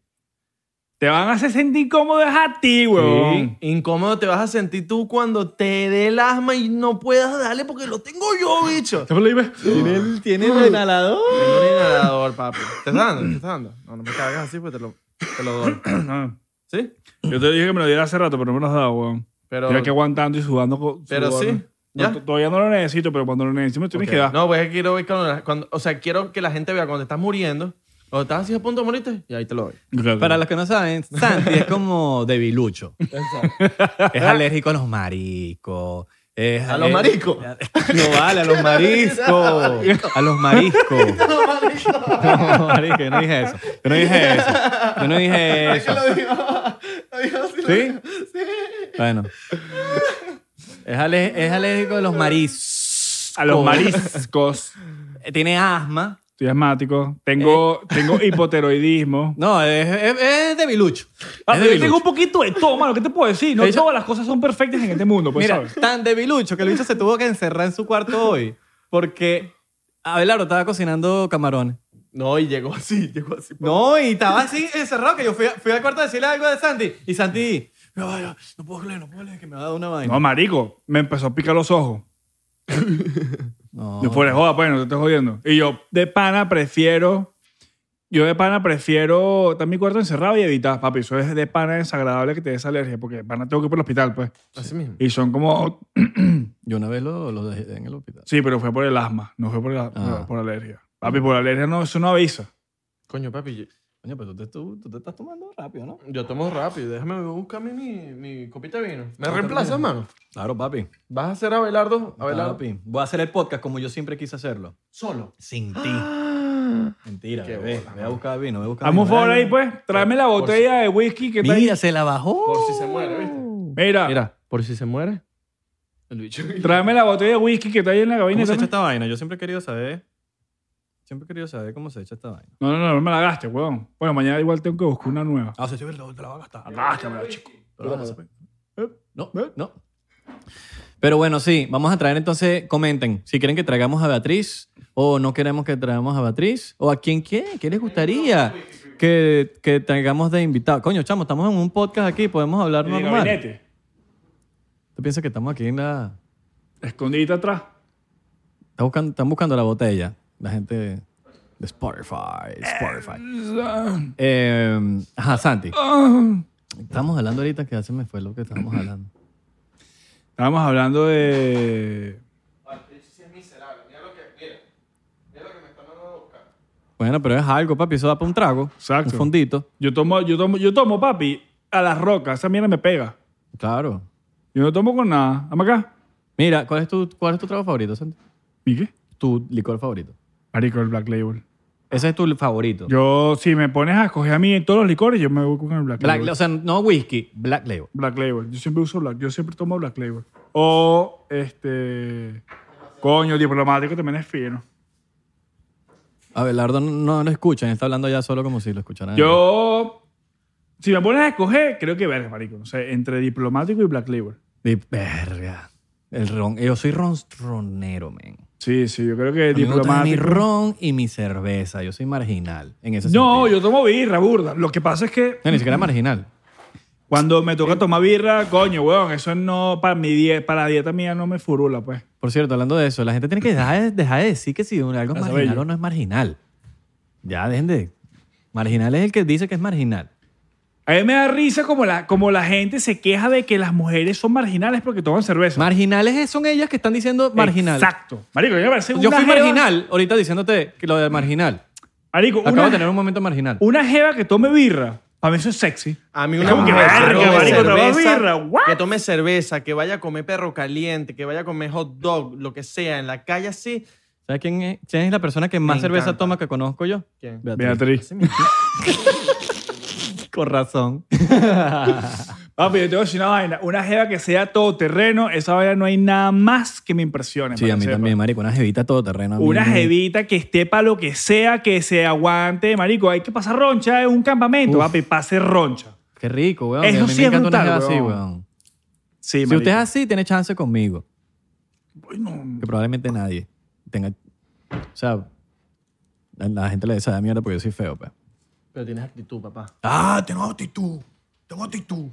[SPEAKER 1] Te van a hacer sentir incómodo es a ti, weón.
[SPEAKER 3] Incómodo te vas a sentir tú cuando te dé el asma y no puedas darle porque lo tengo yo, bicho.
[SPEAKER 1] ¿Te lo iba-
[SPEAKER 4] Tiene el, tiene el inhalador.
[SPEAKER 3] Tengo un inhalador, papi. ¿Te está dando? ¿Te está dando? No, no me cagas así pues te lo, te lo doy.
[SPEAKER 1] <clears throat> No.
[SPEAKER 3] ¿Sí?
[SPEAKER 1] Yo te dije que me lo diera hace rato, pero no me lo has dado, weón.
[SPEAKER 3] Pero,
[SPEAKER 1] Yo aquí aguantando y sudando. co-
[SPEAKER 3] pero
[SPEAKER 1] sudando.
[SPEAKER 3] sí. ¿Ya?
[SPEAKER 1] No, Todavía no lo necesito, pero cuando lo necesito me tienes
[SPEAKER 3] Ok.
[SPEAKER 1] que dar.
[SPEAKER 3] No, pues es que quiero ver cuando, cuando- O sea, quiero que la gente vea cuando estás muriendo, cuando estás así a punto de morirte, y ahí te lo doy.
[SPEAKER 1] Claro.
[SPEAKER 4] Para los que no
[SPEAKER 3] <laughs>
[SPEAKER 4] saben, Santi es como debilucho. es alérgico a los maricos. es eh,
[SPEAKER 3] ¿A los
[SPEAKER 4] alérgico-
[SPEAKER 3] maricos?
[SPEAKER 4] No vale, a los mariscos. A los <laughs> mariscos. No, marico, yo no dije eso. Yo no dije eso. Yo no dije eso. ¿Sí? Bueno. Es, ale- es alérgico a los mariscos. Eh,
[SPEAKER 1] A los mariscos.
[SPEAKER 4] Tiene asma.
[SPEAKER 1] Estoy asmático.
[SPEAKER 3] Eh.
[SPEAKER 1] Tengo, tengo hipoteroidismo.
[SPEAKER 4] No, es, es- es debilucho.
[SPEAKER 1] Ah, pero
[SPEAKER 4] Es
[SPEAKER 1] yo
[SPEAKER 4] debilucho.
[SPEAKER 1] tengo un poquito de todo, mano. ¿Qué te puedo decir? No
[SPEAKER 4] Ella-
[SPEAKER 1] todas las cosas son perfectas en este mundo, pues,
[SPEAKER 4] Mira,
[SPEAKER 1] ¿sabes?
[SPEAKER 4] tan debilucho que el bicho se tuvo que encerrar en su cuarto hoy porque Abelardo estaba cocinando camarones.
[SPEAKER 3] No, y llegó así, <laughs> llegó así.
[SPEAKER 4] No, y estaba así encerrado que yo fui, a- fui al cuarto a decirle algo de Santi y Santi, no, no, no puedo creer, no puedo creer que me ha dado una vaina.
[SPEAKER 1] No, marico. Me empezó a picar los ojos.
[SPEAKER 4] No.
[SPEAKER 1] No fuera de joda, pues, no te estoy jodiendo. Y yo, de pana, prefiero. Yo de pana prefiero estar en mi cuarto encerrado y evitar, papi. Eso es de pana desagradable que te dé esa alergia, porque de pana tengo que ir por el hospital, pues.
[SPEAKER 3] Así mismo.
[SPEAKER 1] Y son como.
[SPEAKER 4] Yo una vez lo, lo dejé en el hospital.
[SPEAKER 1] Sí, pero fue por el asma, no fue por, la,
[SPEAKER 4] Ah.
[SPEAKER 1] por alergia. Papi, por alergia no, eso no avisa.
[SPEAKER 3] Coño, papi, yo,
[SPEAKER 4] Coño, pero tú te, tú- tú te estás tomando rápido, ¿no?
[SPEAKER 3] yo tomo rápido. Déjame buscarme mi, mi copita de vino. ¿Me reemplazas, mano?
[SPEAKER 4] Claro, papi.
[SPEAKER 3] ¿Vas a hacer Abelardo? Abelardo.
[SPEAKER 4] Papi. Voy a hacer el podcast como yo siempre quise hacerlo.
[SPEAKER 3] Solo. Ah.
[SPEAKER 4] Sin ti. Mentira,
[SPEAKER 3] Qué
[SPEAKER 4] bebé.
[SPEAKER 3] bola,
[SPEAKER 4] Voy a buscar vino, voy a buscar
[SPEAKER 1] Hazme un
[SPEAKER 4] vino.
[SPEAKER 1] favor ahí, pues. Tráeme la botella de whisky que está ahí.
[SPEAKER 4] Mira, se la bajó.
[SPEAKER 3] Por si se muere, ¿viste?
[SPEAKER 1] Mira,
[SPEAKER 3] Mira, por si se muere. El bicho.
[SPEAKER 1] tráeme la botella de whisky que está ahí en la cabina.
[SPEAKER 4] ¿Cómo se echa
[SPEAKER 1] también.
[SPEAKER 4] esta vaina? Yo siempre he querido saber. Siempre he querido saber cómo se echa esta vaina.
[SPEAKER 1] No, no, no, no me la gastes, weón. Bueno, mañana igual tengo que buscar una nueva.
[SPEAKER 4] Ah, sí, sí, te la te la va a gastar.
[SPEAKER 1] Agástamela, chico.
[SPEAKER 4] Pero vamos a hacer-
[SPEAKER 1] Eh,
[SPEAKER 4] No,
[SPEAKER 1] eh.
[SPEAKER 4] no. Pero bueno, sí, vamos a traer entonces, comenten, si quieren que traigamos a Beatriz o no queremos que traigamos a Beatriz o a quién qué, qué les gustaría que, que traigamos de invitado. Coño, chamo, estamos en un podcast aquí, podemos hablar
[SPEAKER 1] En el
[SPEAKER 4] normal.
[SPEAKER 1] gabinete.
[SPEAKER 4] ¿Tú piensas que estamos aquí en la...
[SPEAKER 1] Escondidita atrás.
[SPEAKER 4] Están buscando, están buscando la botella, la gente de Spotify, Spotify. Eh, ajá, Santi, estamos hablando ahorita que hace me fue lo que estábamos hablando.
[SPEAKER 1] Estábamos hablando de.
[SPEAKER 4] Bueno, pero es algo, papi, eso da para un trago,
[SPEAKER 1] Exacto.
[SPEAKER 4] un fondito.
[SPEAKER 1] Yo tomo, yo tomo, yo tomo, papi, a las rocas. Esa mierda me pega.
[SPEAKER 4] Claro.
[SPEAKER 1] Yo no tomo con nada. Dame acá.
[SPEAKER 4] Mira, ¿cuál es tu, cuál es tu trago favorito, Santi?
[SPEAKER 1] ¿Y qué?
[SPEAKER 4] Tu licor favorito.
[SPEAKER 1] Marico, el Black Label.
[SPEAKER 4] Ese es tu favorito.
[SPEAKER 1] Yo, si me pones a escoger a mí en todos los licores, yo me voy con el Black,
[SPEAKER 4] Black-
[SPEAKER 1] Label.
[SPEAKER 4] o sea, no whisky, Black Label.
[SPEAKER 1] Black Label. Yo siempre uso Black. Yo siempre tomo Black Label. O, este... Coño, diplomático también es fino.
[SPEAKER 4] Abelardo no, no lo escuchan, está hablando ya solo como si lo escucharan.
[SPEAKER 1] Yo... Si me pones a escoger, creo que verga, marico. No sé, entre diplomático y Black Label.
[SPEAKER 4] De verga. El ron. Yo soy ronstronero, men.
[SPEAKER 1] Sí, sí, yo creo que
[SPEAKER 4] A mí me gusta mi
[SPEAKER 1] diplomático...
[SPEAKER 4] ron y mi cerveza. Yo soy marginal en ese
[SPEAKER 1] No,
[SPEAKER 4] sentido.
[SPEAKER 1] yo tomo birra, burda. Lo que pasa es que
[SPEAKER 4] No, ni siquiera marginal.
[SPEAKER 1] cuando me toca tomar birra, coño, weón, eso no... Para, mi die- para la dieta mía no me furula, pues.
[SPEAKER 4] Por cierto, hablando de eso, la gente tiene que dejar, de- dejar de decir que si algo es
[SPEAKER 1] Casa
[SPEAKER 4] marginal
[SPEAKER 1] Bello.
[SPEAKER 4] o no es marginal. Ya, dejen de... Marginal es el que dice que es marginal.
[SPEAKER 1] A mí me da risa como la, como la gente se queja de que las mujeres son marginales porque toman cerveza.
[SPEAKER 4] Marginales son ellas que están diciendo marginal.
[SPEAKER 1] Exacto. Marico, yo me parece
[SPEAKER 4] Yo
[SPEAKER 1] una
[SPEAKER 4] fui
[SPEAKER 1] jeva-
[SPEAKER 4] marginal ahorita diciéndote que lo de marginal.
[SPEAKER 1] Marico,
[SPEAKER 4] Acabo de
[SPEAKER 1] una,
[SPEAKER 4] tener un momento marginal.
[SPEAKER 1] una jeva que tome birra, para mí eso es sexy.
[SPEAKER 3] A mí
[SPEAKER 1] Es
[SPEAKER 3] una
[SPEAKER 1] como que,
[SPEAKER 3] mujer
[SPEAKER 1] verga,
[SPEAKER 3] que
[SPEAKER 1] marico,
[SPEAKER 3] tome
[SPEAKER 1] te va a
[SPEAKER 3] cerveza,
[SPEAKER 1] birra, what?
[SPEAKER 3] que tome cerveza, que vaya a comer perro caliente, que vaya a comer hot dog, lo que sea, en la calle así.
[SPEAKER 4] ¿Sabes quién es, quién es la persona que más
[SPEAKER 3] Me
[SPEAKER 4] cerveza
[SPEAKER 3] encanta.
[SPEAKER 4] toma que conozco yo?
[SPEAKER 3] ¿Quién?
[SPEAKER 1] Beatriz.
[SPEAKER 3] Así mismo.
[SPEAKER 4] Con razón.
[SPEAKER 1] Papi, yo te voy a decir una vaina. Una jeva que sea todoterreno, esa vaina no hay nada más que me impresione.
[SPEAKER 4] Sí,
[SPEAKER 1] para
[SPEAKER 4] a
[SPEAKER 1] que
[SPEAKER 4] mí
[SPEAKER 1] sepa.
[SPEAKER 4] también, marico. Una jevita todoterreno. a mí
[SPEAKER 1] Una
[SPEAKER 4] me-
[SPEAKER 1] jevita que esté para lo que sea, que se aguante, marico. Hay que pasar roncha en un campamento,
[SPEAKER 4] Uf.
[SPEAKER 1] papi, pase roncha.
[SPEAKER 4] Qué rico, weón.
[SPEAKER 1] Eso
[SPEAKER 4] a mí
[SPEAKER 1] sí es
[SPEAKER 4] me encanta una
[SPEAKER 1] brutal,
[SPEAKER 4] jeva así,
[SPEAKER 1] weón.
[SPEAKER 4] weón.
[SPEAKER 1] Sí,
[SPEAKER 4] Si
[SPEAKER 1] marico.
[SPEAKER 4] usted es así, tiene chance conmigo.
[SPEAKER 1] Uy, no.
[SPEAKER 4] Que probablemente nadie tenga... O sea, la, la gente le dice esa mierda porque yo soy feo, pues.
[SPEAKER 3] Pero tienes actitud, papá.
[SPEAKER 4] Ah, tengo actitud. Tengo actitud.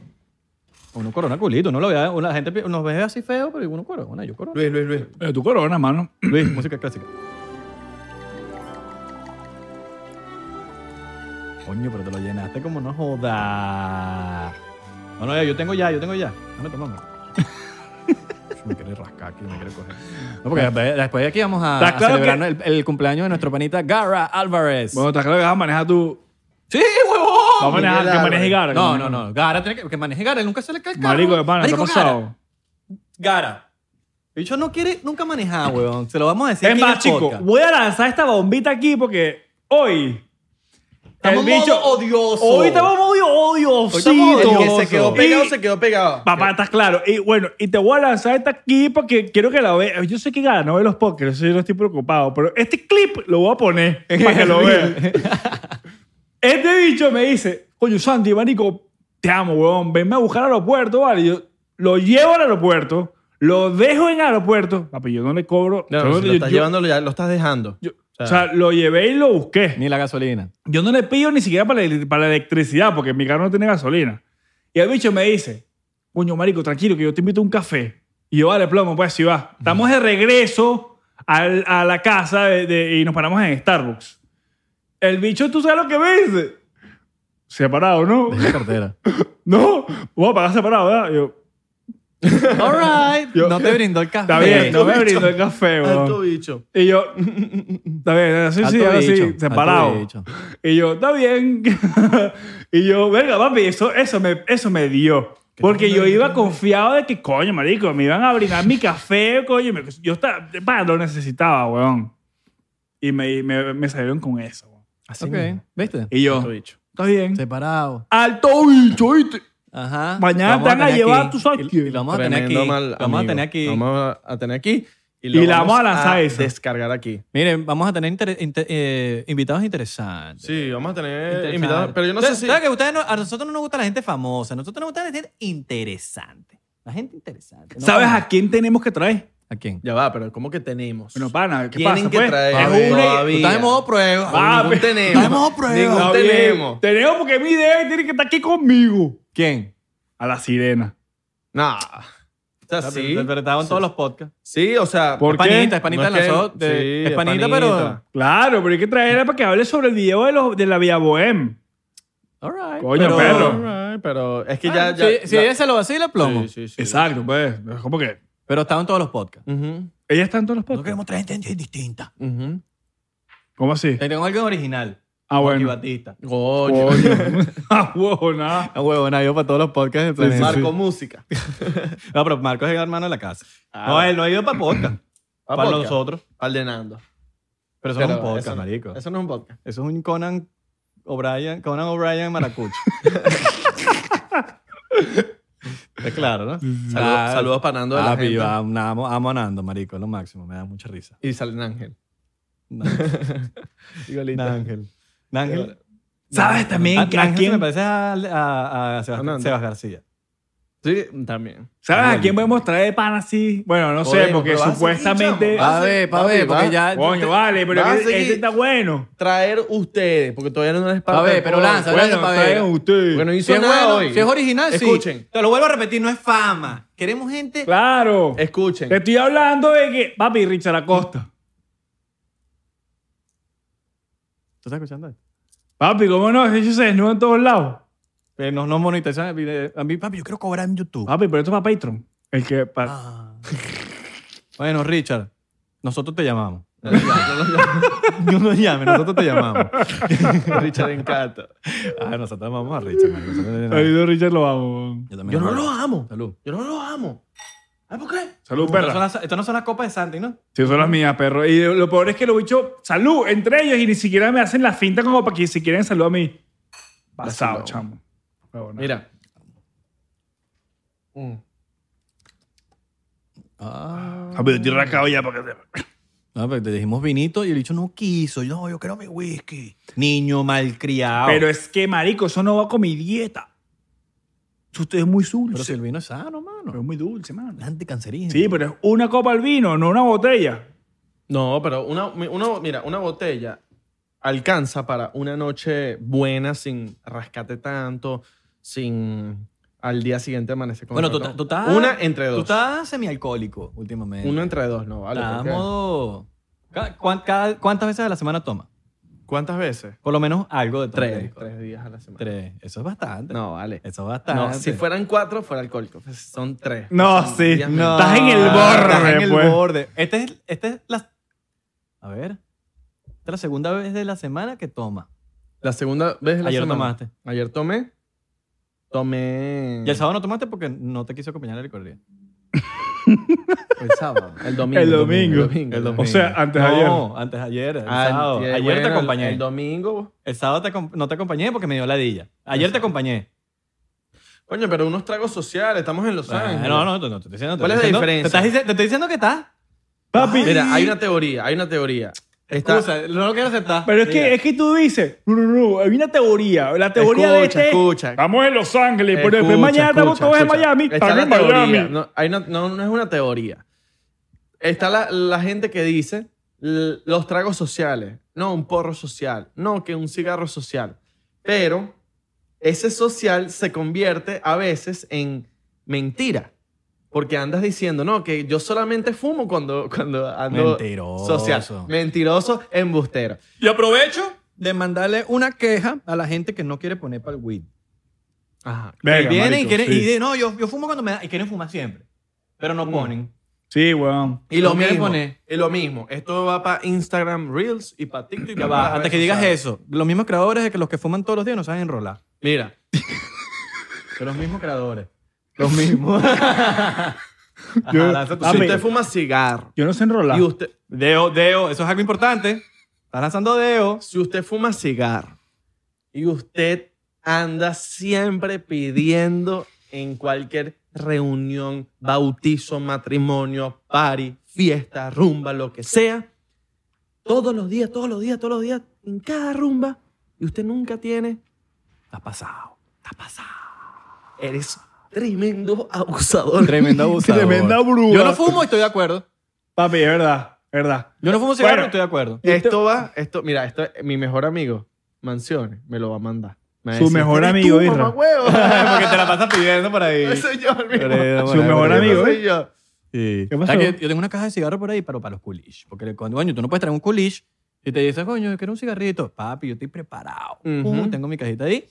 [SPEAKER 4] Uno corona culito. Uno lo ve, una, la gente pi- nos ve así feo, pero uno corona. Yo corona.
[SPEAKER 3] Luis, Luis, Luis.
[SPEAKER 1] Pero Eh, tu corona, mano.
[SPEAKER 4] <clears throat> Luis, música clásica. Coño, pero te lo llenaste como no joda. No, no, yo tengo ya, yo tengo ya. No me tomamos. <laughs> me quiere rascar aquí, me quiere coger. No, porque después, después de aquí vamos a,
[SPEAKER 1] Está
[SPEAKER 4] a
[SPEAKER 1] claro
[SPEAKER 4] celebrar el, el cumpleaños de nuestro panita Gara Álvarez.
[SPEAKER 1] Bueno, está claro que vas a manejar tu...
[SPEAKER 4] ¡Sí, huevón!
[SPEAKER 1] Vamos a manejar,
[SPEAKER 3] Miguel
[SPEAKER 1] que
[SPEAKER 3] Álvarez.
[SPEAKER 1] maneje Gara.
[SPEAKER 4] No, no, no. Gara tiene que, que maneje Gara. Él nunca se le cae el carro.
[SPEAKER 1] Marico, hermano, está
[SPEAKER 4] Marico, Gara.
[SPEAKER 1] pasado.
[SPEAKER 4] Gara. El bicho no quiere nunca manejar, huevón. Se lo vamos a decir
[SPEAKER 1] Es
[SPEAKER 4] aquí
[SPEAKER 1] más,
[SPEAKER 4] en el
[SPEAKER 1] chicos,
[SPEAKER 4] podcast.
[SPEAKER 1] voy a lanzar esta bombita aquí porque hoy.
[SPEAKER 4] Estamos modo odioso.
[SPEAKER 1] Hoy estamos modo odiosos.
[SPEAKER 4] Hoy
[SPEAKER 3] El
[SPEAKER 4] estamos
[SPEAKER 3] que
[SPEAKER 4] odiosos.
[SPEAKER 3] se quedó
[SPEAKER 1] Y-
[SPEAKER 3] pegado, se quedó pegado.
[SPEAKER 1] Papá, estás claro. Y bueno, y te voy a lanzar esta aquí porque quiero que la veas. Yo sé que Gara no ve los podcasts, eso yo no estoy preocupado, pero este clip lo voy a poner para que lo vean. Este bicho me dice, coño, Santi, marico, te amo, weón. Venme a buscar al aeropuerto, ¿vale? Yo lo llevo al aeropuerto, lo dejo en el aeropuerto. Papi, yo no le cobro.
[SPEAKER 3] No,
[SPEAKER 1] yo no-
[SPEAKER 3] si lo
[SPEAKER 1] yo-
[SPEAKER 3] estás
[SPEAKER 1] yo-
[SPEAKER 3] llevándolo ya, lo estás dejando.
[SPEAKER 1] yo-
[SPEAKER 3] sea-
[SPEAKER 1] o sea, lo llevé y lo busqué.
[SPEAKER 4] Ni la gasolina.
[SPEAKER 1] Yo no le pido ni siquiera para la, para la electricidad, porque mi carro no tiene gasolina. Y el bicho me dice, coño, marico, tranquilo, que yo te invito a un café. Y yo, vale, plomo, pues, si va. Estamos de regreso al- a la casa de- de- y nos paramos en Starbucks. El bicho, ¿tú sabes lo que me dice? Separado,
[SPEAKER 4] <laughs>
[SPEAKER 1] ¿no?
[SPEAKER 4] Deja cartera.
[SPEAKER 1] No, voy a pagar separado, ¿verdad? Y yo,
[SPEAKER 4] All right.
[SPEAKER 1] Yo-
[SPEAKER 4] No te brindó el café.
[SPEAKER 1] está bien, no me
[SPEAKER 3] bicho.
[SPEAKER 1] brindo el café,
[SPEAKER 3] Alto
[SPEAKER 1] weón.
[SPEAKER 3] bicho.
[SPEAKER 1] Y yo, <laughs> está bien, sí, sí,
[SPEAKER 4] Alto
[SPEAKER 1] ahora sí,
[SPEAKER 4] bicho, alto
[SPEAKER 1] separado.
[SPEAKER 4] bicho.
[SPEAKER 1] Y yo, está bien. <laughs> y yo, venga, papi, eso, eso, me, eso me dio. Porque yo iba confiado de que, coño, marico, me iban a brindar mi café, coño. me- Yo estaba, pa, lo necesitaba, weón. Y me, me, me salieron con eso. weón.
[SPEAKER 3] Así
[SPEAKER 4] Ok, ¿viste?
[SPEAKER 1] Y yo,
[SPEAKER 3] Alto bicho.
[SPEAKER 1] está bien.
[SPEAKER 4] Separado.
[SPEAKER 1] Alto bicho, ¿viste?
[SPEAKER 4] Ajá.
[SPEAKER 1] Mañana te
[SPEAKER 4] Lo vamos
[SPEAKER 1] van a
[SPEAKER 4] tener
[SPEAKER 1] llevar,
[SPEAKER 4] aquí.
[SPEAKER 1] tú sabes
[SPEAKER 4] Y-
[SPEAKER 1] quién.
[SPEAKER 4] Y lo vamos a tener aquí.
[SPEAKER 3] Tremendo mal
[SPEAKER 4] Lo vamos a
[SPEAKER 3] amigo.
[SPEAKER 4] tener aquí.
[SPEAKER 3] Lo vamos a tener aquí. Y,
[SPEAKER 1] Y la vamos a lanzar esa.
[SPEAKER 3] descargar aquí.
[SPEAKER 4] Miren, vamos a tener inter- inter- eh, invitados interesantes.
[SPEAKER 3] Sí, vamos a tener
[SPEAKER 4] Interesante.
[SPEAKER 3] invitados. Pero yo no sé
[SPEAKER 4] Ustedes-
[SPEAKER 3] si...
[SPEAKER 4] ¿saben que ustedes no- a nosotros no nos gusta la gente famosa, a nosotros nos gusta la gente interesante. La gente interesante. ¿no?
[SPEAKER 1] ¿Sabes a quién tenemos que traer?
[SPEAKER 4] ¿A quién?
[SPEAKER 3] Ya va, pero ¿cómo que tenemos?
[SPEAKER 1] Bueno, pana, ¿qué
[SPEAKER 3] Tienen
[SPEAKER 1] pasa,
[SPEAKER 3] que
[SPEAKER 1] pues?
[SPEAKER 3] traer.
[SPEAKER 1] Es una...
[SPEAKER 3] Todavía.
[SPEAKER 4] Tú estás en modo prueba.
[SPEAKER 1] Ah,
[SPEAKER 3] Ningún
[SPEAKER 1] pero-
[SPEAKER 3] tenemos.
[SPEAKER 4] Estamos a prueba.
[SPEAKER 3] Ningún
[SPEAKER 1] Está bien.
[SPEAKER 3] tenemos.
[SPEAKER 1] Tenemos porque mi idea tiene que estar aquí conmigo.
[SPEAKER 4] ¿Quién?
[SPEAKER 1] A la sirena.
[SPEAKER 3] Nah. O sea, Ah, sí.
[SPEAKER 4] Pero estaban todos los podcasts.
[SPEAKER 3] Sí, o sea...
[SPEAKER 1] Por-
[SPEAKER 4] Es panita, es
[SPEAKER 3] No
[SPEAKER 4] panita
[SPEAKER 3] es
[SPEAKER 4] de
[SPEAKER 3] que-
[SPEAKER 4] nosotros. de-
[SPEAKER 3] sí,
[SPEAKER 4] es
[SPEAKER 3] es
[SPEAKER 4] panita,
[SPEAKER 3] panita.
[SPEAKER 4] pero.
[SPEAKER 1] Claro, pero hay que traerla para que hable sobre el video de, los, de la Vía Bohem.
[SPEAKER 4] All right.
[SPEAKER 1] Coño,
[SPEAKER 4] pero-
[SPEAKER 1] perro.
[SPEAKER 3] Alright, pero es que
[SPEAKER 4] Ah,
[SPEAKER 3] ya... ya
[SPEAKER 4] si- si
[SPEAKER 3] ya-
[SPEAKER 4] ella se lo vacila,
[SPEAKER 3] Sí,
[SPEAKER 4] plomo.
[SPEAKER 3] Mm. sí, sí.
[SPEAKER 1] Exacto, pues. Es como que.
[SPEAKER 4] Pero estaban todos los podcasts.
[SPEAKER 3] Ujú,
[SPEAKER 1] Ella está en todos los
[SPEAKER 4] No
[SPEAKER 1] podcasts.
[SPEAKER 4] queremos traer gente distinta.
[SPEAKER 3] ujú.
[SPEAKER 1] ¿Cómo así?
[SPEAKER 4] Tenemos algo original.
[SPEAKER 1] Ah,
[SPEAKER 4] Joaquín
[SPEAKER 1] bueno.
[SPEAKER 4] Batista.
[SPEAKER 3] Coño.
[SPEAKER 1] Coño. <laughs> Ah, huevo, nada.
[SPEAKER 4] Ah, huevón, yo para todos los podcasts del planeta.
[SPEAKER 3] Marco Música.
[SPEAKER 4] No, pero Marcos es el hermano de la casa.
[SPEAKER 3] Ah,
[SPEAKER 4] no, él no ha ido para <coughs> podcast.
[SPEAKER 3] Ah,
[SPEAKER 4] para
[SPEAKER 3] podcast.
[SPEAKER 4] nosotros.
[SPEAKER 3] Al de Nando.
[SPEAKER 4] Pero eso
[SPEAKER 3] Pero
[SPEAKER 4] no es un podcast,
[SPEAKER 3] eso no-
[SPEAKER 4] marico. Eso
[SPEAKER 3] Eso no es un podcast.
[SPEAKER 4] es un Conan O'Brien, Conan O'Brien <laughs> Maracucho. Está claro, ¿no?
[SPEAKER 3] Saludos- saludos para Nando de la
[SPEAKER 4] Ah, pero
[SPEAKER 3] gente.
[SPEAKER 4] yo amo, amo- amo a Nando, marico, es lo máximo, me da mucha <laughs> risa.
[SPEAKER 3] Y salen Ángel.
[SPEAKER 4] Nángel.
[SPEAKER 3] Igualito.
[SPEAKER 4] Nángel. Nángel.
[SPEAKER 1] ¿Sabes también
[SPEAKER 4] Ah,
[SPEAKER 1] que a
[SPEAKER 4] Nángel
[SPEAKER 1] quién-
[SPEAKER 4] se me parece a, a- a Sebas,
[SPEAKER 3] Nando.
[SPEAKER 4] Sebas García.
[SPEAKER 3] Sí, también.
[SPEAKER 1] ¿Sabes a quién podemos traer de pana así? Bueno, no sé,
[SPEAKER 3] Podemos,
[SPEAKER 1] porque
[SPEAKER 3] pero vas a
[SPEAKER 1] supuestamente.
[SPEAKER 3] seguir, chamo.
[SPEAKER 4] Pa' ver, pa'
[SPEAKER 3] Papi,
[SPEAKER 4] ver, porque
[SPEAKER 3] va.
[SPEAKER 4] ya...
[SPEAKER 1] Coño, vale, pero
[SPEAKER 3] Vas a
[SPEAKER 1] que-
[SPEAKER 3] seguir.
[SPEAKER 1] este está bueno.
[SPEAKER 3] Traer ustedes, porque todavía no es parte
[SPEAKER 4] Pa' ver,
[SPEAKER 3] del
[SPEAKER 4] pero
[SPEAKER 3] podcast.
[SPEAKER 4] lanza,
[SPEAKER 1] Bueno,
[SPEAKER 4] lanza pa' ver.
[SPEAKER 1] traigan ustedes.
[SPEAKER 3] Bueno, hizo
[SPEAKER 4] Si es
[SPEAKER 3] nada
[SPEAKER 4] bueno,
[SPEAKER 3] hoy.
[SPEAKER 4] si es original, sí.
[SPEAKER 3] Escuchen.
[SPEAKER 4] Te lo vuelvo a repetir, no es fama. Queremos gente...
[SPEAKER 1] claro.
[SPEAKER 3] Escuchen.
[SPEAKER 1] Te estoy hablando de que. Papi, Richard Acosta.
[SPEAKER 4] ¿Tú estás escuchando esto?
[SPEAKER 1] Papi, ¿cómo no? Ese se desnuda en todos lados.
[SPEAKER 4] Pero Eh, no, no monetizan el video. A mí, papi, yo quiero cobrar en YouTube.
[SPEAKER 1] Papi, pero esto es para Patreon. El que. pa-
[SPEAKER 4] Ah. bueno, Richard, nosotros te
[SPEAKER 3] <laughs>
[SPEAKER 4] llamamos. Eh,
[SPEAKER 3] No lo llames, no lo llames.
[SPEAKER 4] No nos llames, nosotros te llamamos.
[SPEAKER 3] <laughs> Richard Encanto.
[SPEAKER 4] Ah, nosotros amamos a Richard. man. Nosotros no tenemos-
[SPEAKER 1] Ahí de Richard lo amo.
[SPEAKER 4] también
[SPEAKER 3] Yo no
[SPEAKER 4] amo.
[SPEAKER 3] lo amo.
[SPEAKER 4] Salud.
[SPEAKER 3] Yo no lo amo. ¿Ah, por qué?
[SPEAKER 1] Salud,
[SPEAKER 4] Estas son
[SPEAKER 1] perra.
[SPEAKER 4] las- estas no son las copas de Santi, ¿no?
[SPEAKER 1] Sí, son las mías, perro. Y lo peor es que los bichos, salud entre ellos y ni siquiera me hacen la finta como para que si quieren salud a mí. Pasado,
[SPEAKER 3] Vacilón.
[SPEAKER 1] chamo. Pero bueno.
[SPEAKER 3] Mira. Mm.
[SPEAKER 4] Ah.
[SPEAKER 1] Papi, yo estoy rascado ya porque se-
[SPEAKER 4] No, pero te dijimos vinito y el dicho no quiso. Yo, No, yo quiero mi whisky. Niño
[SPEAKER 3] Ah,
[SPEAKER 4] malcriado.
[SPEAKER 1] Pero es que, marico, eso no va con mi dieta. Eso usted es muy
[SPEAKER 4] Pero si
[SPEAKER 1] dulce.
[SPEAKER 4] el vino es
[SPEAKER 1] Pero
[SPEAKER 4] sano, mano.
[SPEAKER 1] es muy dulce, man.
[SPEAKER 4] Es anticancerígeno.
[SPEAKER 1] Sí, pero es una copa al vino, no una botella.
[SPEAKER 3] No, pero una, una, mira, una botella alcanza para una noche buena sin rascate tanto, sin al día siguiente amanecer con
[SPEAKER 4] Bueno, tú,
[SPEAKER 3] otro.
[SPEAKER 4] tú estás...
[SPEAKER 3] Una entre
[SPEAKER 4] Tú
[SPEAKER 3] dos.
[SPEAKER 4] estás semialcohólico últimamente.
[SPEAKER 3] Una entre dos, no, vale.
[SPEAKER 4] Está
[SPEAKER 3] ¿por qué?
[SPEAKER 4] modo- Ca- cuán- cada- ¿Cuántas veces a la semana toma?
[SPEAKER 3] ¿Cuántas veces?
[SPEAKER 4] Por lo menos algo de toma
[SPEAKER 3] Tres.
[SPEAKER 4] alcohol.
[SPEAKER 3] Tres días a la semana.
[SPEAKER 4] Tres. Eso es bastante.
[SPEAKER 3] No, vale.
[SPEAKER 4] Eso es bastante.
[SPEAKER 3] No, si fueran cuatro, fuera alcohólico. Pues Son tres.
[SPEAKER 1] No,
[SPEAKER 3] Son
[SPEAKER 1] sí.
[SPEAKER 3] días
[SPEAKER 1] No.
[SPEAKER 3] menos.
[SPEAKER 1] Estás en el borde,
[SPEAKER 4] Estás en el
[SPEAKER 1] pues.
[SPEAKER 4] borde. Este es, este es la... A ver. Esta es la segunda vez de la semana que toma.
[SPEAKER 3] La segunda vez de la
[SPEAKER 4] Ayer
[SPEAKER 3] semana.
[SPEAKER 4] tomaste.
[SPEAKER 3] Ayer tomé. Tomé.
[SPEAKER 4] Y el sábado no tomaste porque no te quiso acompañar a la licorería.
[SPEAKER 3] El sábado. El domingo.
[SPEAKER 1] El domingo.
[SPEAKER 3] El domingo.
[SPEAKER 1] O sea, antes de ayer.
[SPEAKER 4] No, antes de ayer. El
[SPEAKER 3] Antier,
[SPEAKER 4] sábado. Ayer
[SPEAKER 3] bueno,
[SPEAKER 4] te acompañé.
[SPEAKER 3] El,
[SPEAKER 4] El,
[SPEAKER 3] el domingo.
[SPEAKER 4] sábado te acom- no te acompañé porque me dio ladilla. Ayer te acompañé.
[SPEAKER 3] Coño, pero unos tragos sociales. Estamos en Los
[SPEAKER 4] Ah,
[SPEAKER 3] Ángeles.
[SPEAKER 4] no, no, no, no, te estoy diciendo. te
[SPEAKER 3] ¿Cuál es la
[SPEAKER 4] estoy diciendo-
[SPEAKER 3] diferencia?
[SPEAKER 4] Te, estás dic- te estoy diciendo que estás.
[SPEAKER 1] Papi,
[SPEAKER 3] Mira, hay una teoría. Hay una teoría. Está,
[SPEAKER 4] Excusa, no lo quiero aceptar.
[SPEAKER 1] pero es que, es que tú dices, no, no, no, hay una teoría. La teoría de este
[SPEAKER 3] Escucha,
[SPEAKER 1] es,
[SPEAKER 3] escucha.
[SPEAKER 1] Estamos en Los Ángeles, pero
[SPEAKER 3] Escucha,
[SPEAKER 1] después mañana estamos
[SPEAKER 3] escucha,
[SPEAKER 1] todos en
[SPEAKER 3] escucha.
[SPEAKER 1] Miami.
[SPEAKER 3] Está
[SPEAKER 1] Estamos en
[SPEAKER 3] la teoría.
[SPEAKER 1] Miami.
[SPEAKER 3] No, hay una- no, no es una teoría. Está la, la gente que dice l- los tragos sociales. No, un porro social. No, que un cigarro social. Pero ese social se convierte a veces en mentira. Porque andas diciendo, no, que yo solamente fumo cuando, cuando ando
[SPEAKER 4] Mentiroso.
[SPEAKER 3] social. Mentiroso, embustero.
[SPEAKER 4] Y aprovecho de mandarle una queja a la gente que no quiere poner para el weed.
[SPEAKER 3] Ajá.
[SPEAKER 1] Verga,
[SPEAKER 4] vienen y
[SPEAKER 1] marico,
[SPEAKER 4] quieren,
[SPEAKER 1] sí. Mm,
[SPEAKER 4] y dicen, no, yo, yo fumo cuando me da, y quieren fumar siempre. Pero no ponen.
[SPEAKER 1] Sí, weón.
[SPEAKER 3] Y lo
[SPEAKER 4] ¿Cómo quieres
[SPEAKER 3] mismo.
[SPEAKER 4] poner?
[SPEAKER 3] Y lo mismo. Esto va para Instagram Reels y para TikTok. y
[SPEAKER 4] Ya
[SPEAKER 3] pa'
[SPEAKER 4] va,
[SPEAKER 3] las
[SPEAKER 4] hasta
[SPEAKER 3] redes
[SPEAKER 4] que digas
[SPEAKER 3] sociales.
[SPEAKER 4] eso, los mismos creadores de que los que fuman todos los días no saben enrolar.
[SPEAKER 3] Mira,
[SPEAKER 4] Son los mismos creadores. Los mismos. Ajá,
[SPEAKER 1] <laughs> Yo-
[SPEAKER 4] lanza tu
[SPEAKER 1] Ah,
[SPEAKER 3] si
[SPEAKER 1] Papi.
[SPEAKER 3] usted fuma cigarro
[SPEAKER 1] Yo no sé enrolar.
[SPEAKER 3] y usted,
[SPEAKER 4] Deo, deo, eso es algo importante. Estás lanzando deo.
[SPEAKER 3] si usted fuma cigarro y usted anda siempre pidiendo en cualquier reunión, bautizo, matrimonio, party, fiesta, rumba, lo que sea, todos los días, todos los días, todos los días, en cada rumba, y usted nunca tiene,
[SPEAKER 4] Está pasado. Está pasado.
[SPEAKER 3] eres tremendo abusador.
[SPEAKER 4] <laughs> Tremendo abusador.
[SPEAKER 1] <laughs> Tremenda bruja.
[SPEAKER 4] Yo no fumo y estoy de acuerdo.
[SPEAKER 1] Papi, es verdad, es verdad.
[SPEAKER 4] Yo no fumo cigarro
[SPEAKER 1] Bueno.
[SPEAKER 4] y estoy de acuerdo.
[SPEAKER 3] Esto va, esto, mira, esto, mi mejor amigo, Mansiones, me lo va a mandar. Me va a
[SPEAKER 1] Su
[SPEAKER 3] decir,
[SPEAKER 1] mejor
[SPEAKER 3] "Eres tú,
[SPEAKER 1] amigo, Isra".
[SPEAKER 3] mamahuevo".
[SPEAKER 4] <laughs> Porque te la pasas pidiendo por ahí.
[SPEAKER 3] No soy yo, el mismo.
[SPEAKER 4] Pero,
[SPEAKER 1] Su
[SPEAKER 4] bueno,
[SPEAKER 1] mejor
[SPEAKER 4] pero-
[SPEAKER 1] amigo,
[SPEAKER 3] No
[SPEAKER 1] ¿eh?
[SPEAKER 3] soy yo.
[SPEAKER 4] Sí.
[SPEAKER 1] ¿Qué
[SPEAKER 4] O sea,
[SPEAKER 1] pasó?
[SPEAKER 4] que yo tengo una caja de cigarro por ahí, pero para los coolish. Porque cuando, coño, tú no puedes traer un coolish y te dices, coño, yo quiero un cigarrito. Papi, yo estoy preparado.
[SPEAKER 3] Ujú.
[SPEAKER 4] Pum, tengo mi cajita ahí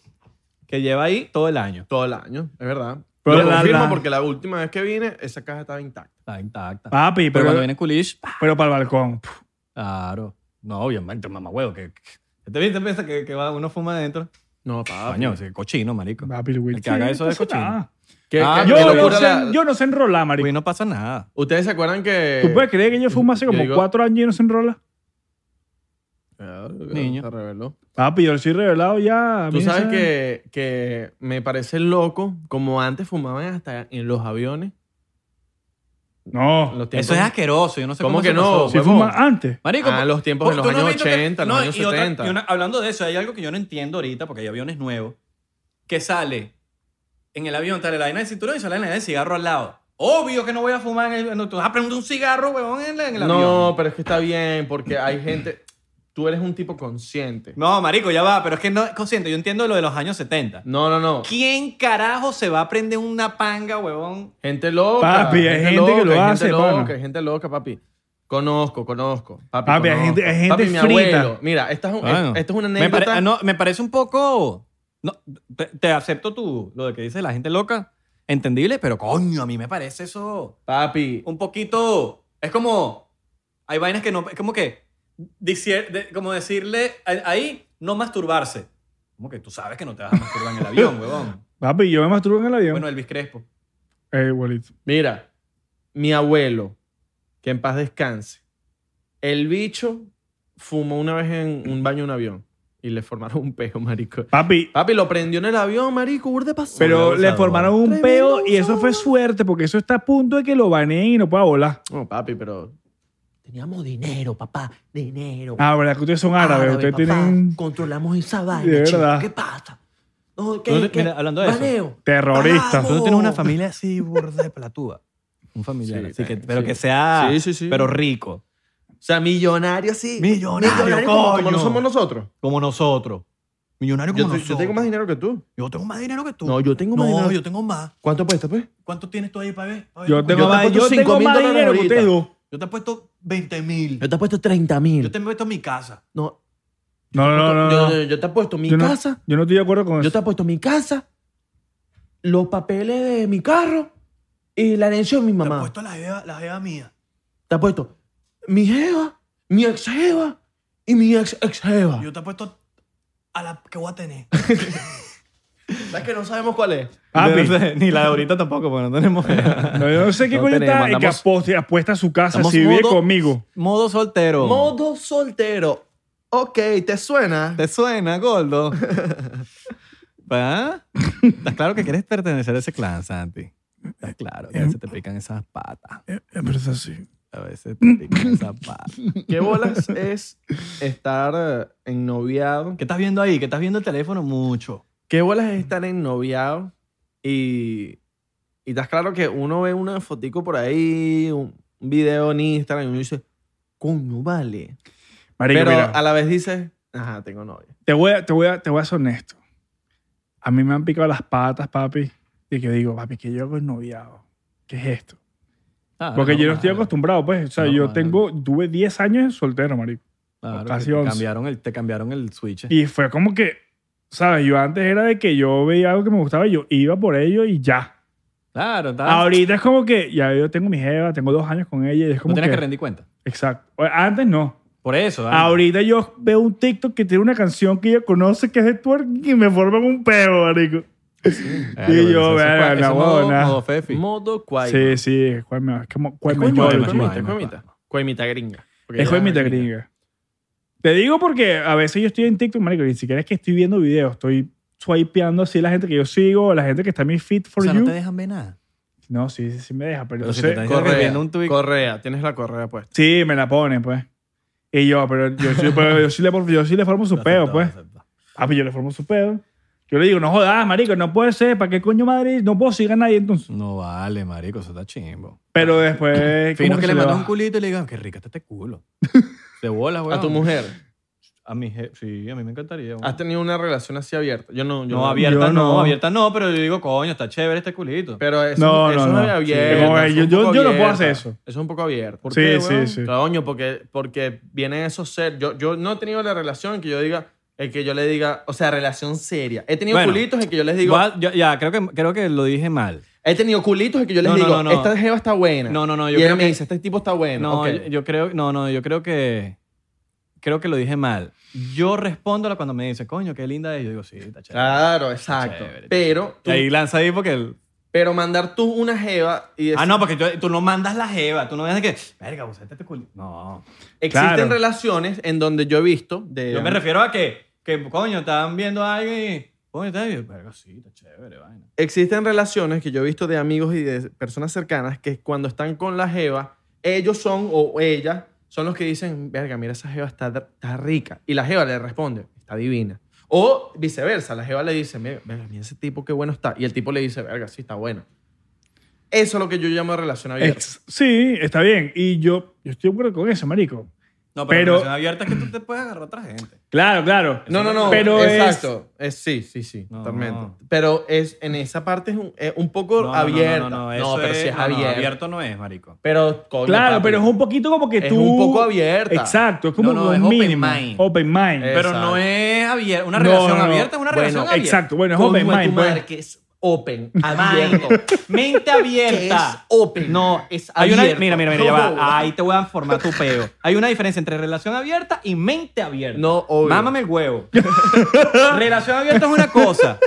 [SPEAKER 4] que lleva ahí todo el año.
[SPEAKER 3] Todo el año, es verdad.
[SPEAKER 1] Pero
[SPEAKER 3] lo
[SPEAKER 1] la-
[SPEAKER 3] confirmo
[SPEAKER 1] la-
[SPEAKER 3] porque la última vez que vine, esa caja estaba intacta.
[SPEAKER 4] Está intacta.
[SPEAKER 1] Papi,
[SPEAKER 4] pero
[SPEAKER 1] pero,
[SPEAKER 4] cuando
[SPEAKER 1] pero,
[SPEAKER 4] viene coolish, pa,
[SPEAKER 1] para el balcón. Puf,
[SPEAKER 4] claro. No, obviamente, mamá huevo. Que, que- ¿Te viste? Piensa que, que va, uno fuma adentro.
[SPEAKER 3] Ah, pues No, papá.
[SPEAKER 4] Coño, ese cochino, marico.
[SPEAKER 1] Papi, el
[SPEAKER 4] El que haga eso es cochino.
[SPEAKER 3] ¿Qué,
[SPEAKER 4] Ah,
[SPEAKER 3] qué-
[SPEAKER 1] Yo,
[SPEAKER 3] qué
[SPEAKER 1] no
[SPEAKER 3] locura
[SPEAKER 1] sé,
[SPEAKER 3] la-
[SPEAKER 1] yo no sé enrolar, marico.
[SPEAKER 4] Pues no pasa nada.
[SPEAKER 3] ¿Ustedes se acuerdan que...?
[SPEAKER 1] ¿Tú puedes creer que yo fumo hace
[SPEAKER 3] yo
[SPEAKER 1] como
[SPEAKER 3] digo-
[SPEAKER 1] cuatro años y no se enrola?
[SPEAKER 3] Ah,
[SPEAKER 4] Niño.
[SPEAKER 3] Se reveló.
[SPEAKER 1] Papi, yo soy revelado ya. a
[SPEAKER 3] Tú
[SPEAKER 1] mí
[SPEAKER 3] sabes
[SPEAKER 1] esa-
[SPEAKER 3] que, que me parece loco como antes fumaban hasta en los aviones.
[SPEAKER 1] No.
[SPEAKER 3] Los tiempos-
[SPEAKER 4] Eso es asqueroso. Yo no sé
[SPEAKER 3] ¿Cómo
[SPEAKER 4] cómo,
[SPEAKER 3] que
[SPEAKER 4] se
[SPEAKER 3] no?
[SPEAKER 4] pasó.
[SPEAKER 1] Si
[SPEAKER 3] huevón.
[SPEAKER 1] fuma antes.
[SPEAKER 4] Marico,
[SPEAKER 3] Ah,
[SPEAKER 4] po-
[SPEAKER 3] los tiempos de
[SPEAKER 4] po-
[SPEAKER 3] los
[SPEAKER 4] pues, tú no has
[SPEAKER 3] años
[SPEAKER 4] visto que-
[SPEAKER 3] 80, los años
[SPEAKER 4] y otra-
[SPEAKER 3] 70.
[SPEAKER 4] y una- hablando de eso, hay algo que yo no entiendo ahorita, porque hay aviones nuevos, que sale en el avión, sale la vaina de cinturón y sale la vaina de cigarro al lado. Obvio que no voy a fumar en el... No, tú vas a prender un cigarro, huevón, en, la- en el avión.
[SPEAKER 3] No, pero es que está bien porque hay gente... Tú eres un tipo consciente.
[SPEAKER 4] No, marico, ya va, pero es que no... Consciente, yo entiendo lo de los años 70.
[SPEAKER 3] No, no, no.
[SPEAKER 4] ¿Quién carajo se va a prender una panga, huevón?
[SPEAKER 3] Gente loca.
[SPEAKER 1] Papi, hay gente que lo
[SPEAKER 3] hay
[SPEAKER 1] hace,
[SPEAKER 3] gente loca,
[SPEAKER 1] pana.
[SPEAKER 3] hay gente loca, papi. Conozco, conozco. Papi,
[SPEAKER 1] Papi, hay
[SPEAKER 3] conozco.
[SPEAKER 1] gente- hay gente
[SPEAKER 3] Papi, mi
[SPEAKER 1] frita.
[SPEAKER 3] abuelo. Mira, esta es, un-
[SPEAKER 4] Bueno.
[SPEAKER 3] esta es una
[SPEAKER 4] Me,
[SPEAKER 3] anécdota.
[SPEAKER 4] pare- ah, no, me parece un poco... no, te, te acepto tú, lo de que dice la gente loca. Entendible, pero coño, a mí me parece eso...
[SPEAKER 3] Papi,
[SPEAKER 4] un poquito. Es como. Hay vainas que no. Es como que. dicie- de- como decirle a- ahí, no masturbarse. Como que tú sabes que no te vas a masturbar en el <laughs> avión, huevón.
[SPEAKER 1] Papi, yo me masturbo en el avión.
[SPEAKER 4] Bueno, Elvis Crespo.
[SPEAKER 1] Eh, igualito.
[SPEAKER 3] mira. Mi abuelo, que en paz descanse. El bicho fumó una vez en un baño de un avión. Y le formaron un peo, <laughs> marico.
[SPEAKER 1] Papi,
[SPEAKER 3] Papi, lo prendió en el avión, marico. Burde pasó.
[SPEAKER 1] pero le
[SPEAKER 4] abusador.
[SPEAKER 1] formaron un
[SPEAKER 3] Tremendo
[SPEAKER 1] peo y eso fue suerte porque eso está a punto de que lo baneen y no pueda volar.
[SPEAKER 3] No, papi, pero...
[SPEAKER 2] Teníamos dinero, papá, dinero.
[SPEAKER 1] Ah, verdad que ustedes son
[SPEAKER 2] Árabe,
[SPEAKER 1] árabes. Ustedes
[SPEAKER 2] papá.
[SPEAKER 1] tienen
[SPEAKER 2] Controlamos esa
[SPEAKER 1] De
[SPEAKER 2] vaina, chico.
[SPEAKER 1] verdad.
[SPEAKER 2] ¿Qué pasa? No, ¿qué,
[SPEAKER 4] Entonces,
[SPEAKER 2] qué?
[SPEAKER 4] mira, hablando de eso.
[SPEAKER 2] Baneo.
[SPEAKER 1] terroristas.
[SPEAKER 2] Vamos.
[SPEAKER 4] Tú tienes una familia <laughs> así, burda de platúa. Un familiar.
[SPEAKER 3] Sí,
[SPEAKER 4] así que,
[SPEAKER 3] sí.
[SPEAKER 4] pero que sea.
[SPEAKER 3] Sí, sí, sí.
[SPEAKER 4] Pero rico.
[SPEAKER 3] O sea, millonario así. como,
[SPEAKER 4] Millonario,
[SPEAKER 3] como
[SPEAKER 4] coño.
[SPEAKER 3] no somos nosotros.
[SPEAKER 4] Como nosotros. Millonario como
[SPEAKER 3] Yo, te-
[SPEAKER 4] nosotros.
[SPEAKER 3] yo tengo más dinero que tú.
[SPEAKER 4] Yo tengo más dinero que tú.
[SPEAKER 3] No, yo tengo más
[SPEAKER 4] No,
[SPEAKER 3] dinero.
[SPEAKER 4] yo tengo más.
[SPEAKER 3] ¿Cuánto apuestas, pues?
[SPEAKER 4] ¿Cuánto tienes tú ahí para ver? Pa' ver
[SPEAKER 1] Yo
[SPEAKER 4] tú-
[SPEAKER 1] tengo
[SPEAKER 3] Yo te
[SPEAKER 1] más,
[SPEAKER 3] apuesto
[SPEAKER 1] yo
[SPEAKER 3] cinco
[SPEAKER 1] tengo
[SPEAKER 3] mil
[SPEAKER 1] más
[SPEAKER 3] dólares
[SPEAKER 1] dinero que ustedes dos.
[SPEAKER 4] yo te he puesto 20 mil.
[SPEAKER 2] Yo te he puesto 30 mil.
[SPEAKER 4] Yo te he puesto mi casa.
[SPEAKER 3] No,
[SPEAKER 1] No, no, no, no,
[SPEAKER 3] yo,
[SPEAKER 1] no.
[SPEAKER 3] yo- yo te apuesto mi
[SPEAKER 1] Yo no-
[SPEAKER 3] casa.
[SPEAKER 1] Yo no estoy de acuerdo con
[SPEAKER 3] Yo
[SPEAKER 1] eso.
[SPEAKER 3] te apuesto mi casa.
[SPEAKER 2] Los papeles de mi carro y la herencia de mi
[SPEAKER 4] Te he
[SPEAKER 2] mamá.
[SPEAKER 4] puesto la jeva, la jeva mía.
[SPEAKER 2] Te he puesto mi jeva, mi ex jeva y mi ex ex jeva.
[SPEAKER 4] Yo te he puesto a la que voy a tener.
[SPEAKER 3] La que no sabemos cuál es.
[SPEAKER 4] Ah,
[SPEAKER 1] Ah, Papi.
[SPEAKER 4] ni la de ahorita tampoco, porque no tenemos.
[SPEAKER 1] No, yo no sé qué
[SPEAKER 3] No
[SPEAKER 1] coño
[SPEAKER 3] tenemos,
[SPEAKER 1] está y que
[SPEAKER 3] andamos-
[SPEAKER 1] aposte- apuesta a su casa
[SPEAKER 4] Estamos
[SPEAKER 1] si vive
[SPEAKER 4] modo-
[SPEAKER 1] conmigo.
[SPEAKER 4] <laughs> Modo soltero.
[SPEAKER 3] Modo soltero. Ok, ¿te suena?
[SPEAKER 4] ¿Te suena, <laughs> Goldo? ¿Va? Estás claro que quieres pertenecer a ese clan, Santi. Estás claro que a veces te pican esas patas.
[SPEAKER 1] Pero es así.
[SPEAKER 4] A veces te pican esas patas.
[SPEAKER 3] ¿Qué <laughs> bolas es estar eh, ennoviado?
[SPEAKER 4] ¿Qué estás viendo ahí? Que estás viendo el teléfono mucho.
[SPEAKER 3] ¿Qué bolas es estar ennoviado? Y, y estás claro que uno ve una fotico por ahí, un un video en Instagram y uno dice, coño, vale.
[SPEAKER 1] Marico,
[SPEAKER 3] Pero
[SPEAKER 1] mira,
[SPEAKER 3] a la vez dices, ajá, tengo novia.
[SPEAKER 1] te, voy a, te, voy a, te voy a ser honesto. A mí me han picado las patas, papi, y que digo, papi, que yo hago noviado. ¿qué es esto?
[SPEAKER 4] Claro,
[SPEAKER 1] Porque yo no estoy
[SPEAKER 4] claro.
[SPEAKER 1] acostumbrado, pues. O sea,
[SPEAKER 4] No,
[SPEAKER 1] yo
[SPEAKER 4] vale.
[SPEAKER 1] tengo, tuve 10 años soltero, marico.
[SPEAKER 4] Claro, que
[SPEAKER 1] casi
[SPEAKER 4] te
[SPEAKER 1] 11.
[SPEAKER 4] cambiaron el, te cambiaron el switch.
[SPEAKER 1] Y fue como que, ¿sabes? Yo antes era de que yo veía algo que me gustaba y yo iba por ello y ya.
[SPEAKER 4] Claro, estás-
[SPEAKER 1] Ahorita es como que, ya yo tengo mi jeva, tengo dos años con ella y es
[SPEAKER 4] no
[SPEAKER 1] como
[SPEAKER 4] tienes que
[SPEAKER 1] que...
[SPEAKER 4] rendir cuenta.
[SPEAKER 1] exacto. O- Antes no.
[SPEAKER 4] Por eso. ah,
[SPEAKER 1] Ahorita yo veo un TikTok que tiene una canción que ella conoce que es de twerking y me forman un peo, marico.
[SPEAKER 4] claro,
[SPEAKER 1] y yo,
[SPEAKER 4] eso- eso
[SPEAKER 1] verga,
[SPEAKER 4] fue-
[SPEAKER 1] la
[SPEAKER 4] eso modo-
[SPEAKER 1] huevona.
[SPEAKER 4] modo Fefi.
[SPEAKER 3] Modo cuaima.
[SPEAKER 1] Sí, sí, es cuaima. Es como cuaima.
[SPEAKER 4] cuaima,
[SPEAKER 1] yo,
[SPEAKER 4] es
[SPEAKER 1] chico.
[SPEAKER 4] cuaima.
[SPEAKER 3] Es cuaimita. Cuaimita gringa. Porque
[SPEAKER 1] Es
[SPEAKER 3] ya-
[SPEAKER 1] cuaimita gringa. Te digo porque a veces yo estoy en TikTok, marico, y ni siquiera es que estoy viendo videos, estoy swipeando así la gente que yo sigo, la gente que está en mi feed for
[SPEAKER 4] O sea,
[SPEAKER 1] you.
[SPEAKER 4] no
[SPEAKER 1] No,
[SPEAKER 4] te dejan ver nada.
[SPEAKER 1] sí, sí, sí me deja, pero,
[SPEAKER 4] Pero si
[SPEAKER 1] entonces-
[SPEAKER 4] te están diciendo que
[SPEAKER 3] Correa.
[SPEAKER 4] viene un tuit.
[SPEAKER 3] Correa. Tienes la correa puesta.
[SPEAKER 1] Sí, me la ponen, pues. Y yo, pero yo sí, pero yo sí le, yo sí le formo su peo, pues. Ah, pues yo le formo su pedo. Yo le digo, no jodas, marico, no puede ser. ¿Para qué coño madre? No puedo seguir a nadie entonces.
[SPEAKER 4] No vale, marico, eso está chimbo.
[SPEAKER 1] Pero
[SPEAKER 4] <clears throat>
[SPEAKER 1] después...
[SPEAKER 4] Fino
[SPEAKER 1] como
[SPEAKER 4] que, le
[SPEAKER 1] se
[SPEAKER 4] mandas
[SPEAKER 1] va.
[SPEAKER 4] un culito y le digan, qué rica está este
[SPEAKER 1] <laughs>
[SPEAKER 4] culo. De bolas, weón.
[SPEAKER 3] A tu mujer.
[SPEAKER 4] A mi je- Sí, a mí me encantaría. weón.
[SPEAKER 3] ¿Has tenido una relación así abierta? Yo no. Yo
[SPEAKER 4] Ah, No, abierta
[SPEAKER 1] yo
[SPEAKER 4] no,
[SPEAKER 1] no.
[SPEAKER 4] abierta no, pero yo digo, coño, está chévere este culito.
[SPEAKER 3] Pero eso
[SPEAKER 1] No,
[SPEAKER 3] eso
[SPEAKER 1] no,
[SPEAKER 3] no
[SPEAKER 1] no.
[SPEAKER 3] es
[SPEAKER 1] Sí, como
[SPEAKER 3] abierto.
[SPEAKER 1] yo- yo- yo no puedo hacer eso.
[SPEAKER 3] Eso es un poco abierto.
[SPEAKER 1] Sí,
[SPEAKER 3] qué,
[SPEAKER 1] sí,
[SPEAKER 3] weón?
[SPEAKER 1] sí.
[SPEAKER 3] Coño, porque, porque vienen esos ser. Yo, yo no he tenido la relación que yo diga. El que yo le diga. O sea, relación seria. He tenido
[SPEAKER 4] Bueno.
[SPEAKER 3] culitos en que yo les digo.
[SPEAKER 4] Igual, yo- ya, creo que, creo que lo dije mal.
[SPEAKER 3] He tenido culitos en que yo les
[SPEAKER 4] No, no,
[SPEAKER 3] digo.
[SPEAKER 4] no, no.
[SPEAKER 3] Esta jeva está buena.
[SPEAKER 4] No, no, no,
[SPEAKER 3] y
[SPEAKER 4] yo
[SPEAKER 3] ella
[SPEAKER 4] creo
[SPEAKER 3] me
[SPEAKER 4] que-
[SPEAKER 3] dice, este tipo está bueno.
[SPEAKER 4] No,
[SPEAKER 3] Ok.
[SPEAKER 4] yo, yo creo, no, no, yo creo que, creo que lo dije mal. Yo respondo cuando me dice, coño, qué linda es. Yo digo, sí, está chévere.
[SPEAKER 3] Claro, exacto.
[SPEAKER 4] Chévere,
[SPEAKER 3] pero, tú-
[SPEAKER 4] Y ahí lanza ahí porque el,
[SPEAKER 3] pero mandar tú una jeva y decir,
[SPEAKER 4] Ah, no, porque tú, tú no mandas la jeva. Tú no ves de que, verga, búscate este culo. No.
[SPEAKER 3] existen
[SPEAKER 1] Claro.
[SPEAKER 3] relaciones en donde yo he visto de
[SPEAKER 4] Yo me refiero a que, que coño, estaban viendo a alguien y, coño, está bien. Verga, sí, está chévere, vaina.
[SPEAKER 3] existen relaciones que yo he visto de amigos y de personas cercanas que cuando están con la jeva, ellos son o ella son los que dicen, verga, mira, esa jeva está, está rica. Y la jeva le responde, está divina. O viceversa, la jeva le dice, mira, verga, mira ese tipo qué bueno está. Y el tipo le dice, verga, sí, está bueno. Eso es lo que yo llamo relación abierta.
[SPEAKER 1] Ex- sí, está bien. Y yo, yo estoy de acuerdo con eso, marico.
[SPEAKER 4] No, pero,
[SPEAKER 1] Pero-
[SPEAKER 4] la relación abierta es que tú te puedes agarrar a otra gente.
[SPEAKER 1] Claro, claro.
[SPEAKER 3] No, no, no.
[SPEAKER 1] Pero es-
[SPEAKER 3] exacto. Es, sí, sí, sí.
[SPEAKER 4] No,
[SPEAKER 3] totalmente.
[SPEAKER 4] no.
[SPEAKER 3] Pero es, en esa parte es un, es un poco
[SPEAKER 4] No, no,
[SPEAKER 3] abierta.
[SPEAKER 4] No, no, no,
[SPEAKER 3] No,
[SPEAKER 4] eso
[SPEAKER 3] pero sí es
[SPEAKER 4] no, no,
[SPEAKER 3] abierta.
[SPEAKER 4] abierto no es, marico.
[SPEAKER 3] Pero, coño,
[SPEAKER 1] Claro,
[SPEAKER 3] papi,
[SPEAKER 1] pero es un poquito como que
[SPEAKER 3] es
[SPEAKER 1] tú...
[SPEAKER 3] un poco abierta.
[SPEAKER 1] Exacto, es como
[SPEAKER 4] No, no,
[SPEAKER 1] un
[SPEAKER 4] es open
[SPEAKER 1] mínimo.
[SPEAKER 4] mind.
[SPEAKER 1] Open mind.
[SPEAKER 3] Eh,
[SPEAKER 4] Pero
[SPEAKER 3] Exacto.
[SPEAKER 4] no es abierto. Una
[SPEAKER 1] No,
[SPEAKER 4] relación
[SPEAKER 1] no, no.
[SPEAKER 4] abierta es una
[SPEAKER 3] Bueno,
[SPEAKER 4] relación abierta.
[SPEAKER 1] exacto, bueno, es
[SPEAKER 3] Coño,
[SPEAKER 1] open
[SPEAKER 3] a tu
[SPEAKER 1] mind.
[SPEAKER 3] madre,
[SPEAKER 1] pues.
[SPEAKER 3] que es
[SPEAKER 1] <laughs>
[SPEAKER 3] open, abierto.
[SPEAKER 4] Abierto. Mente
[SPEAKER 3] que es
[SPEAKER 4] abierta.
[SPEAKER 3] open.
[SPEAKER 4] No,
[SPEAKER 3] es
[SPEAKER 4] Hay una,
[SPEAKER 3] abierto.
[SPEAKER 4] mira, mira, mira,
[SPEAKER 1] <laughs>
[SPEAKER 4] ya
[SPEAKER 3] No.
[SPEAKER 4] va. Ahí te voy a formar tu peo. Hay una diferencia entre relación abierta y mente abierta.
[SPEAKER 3] No, obvio.
[SPEAKER 4] Mámame el huevo. <laughs> relación abierta es una cosa.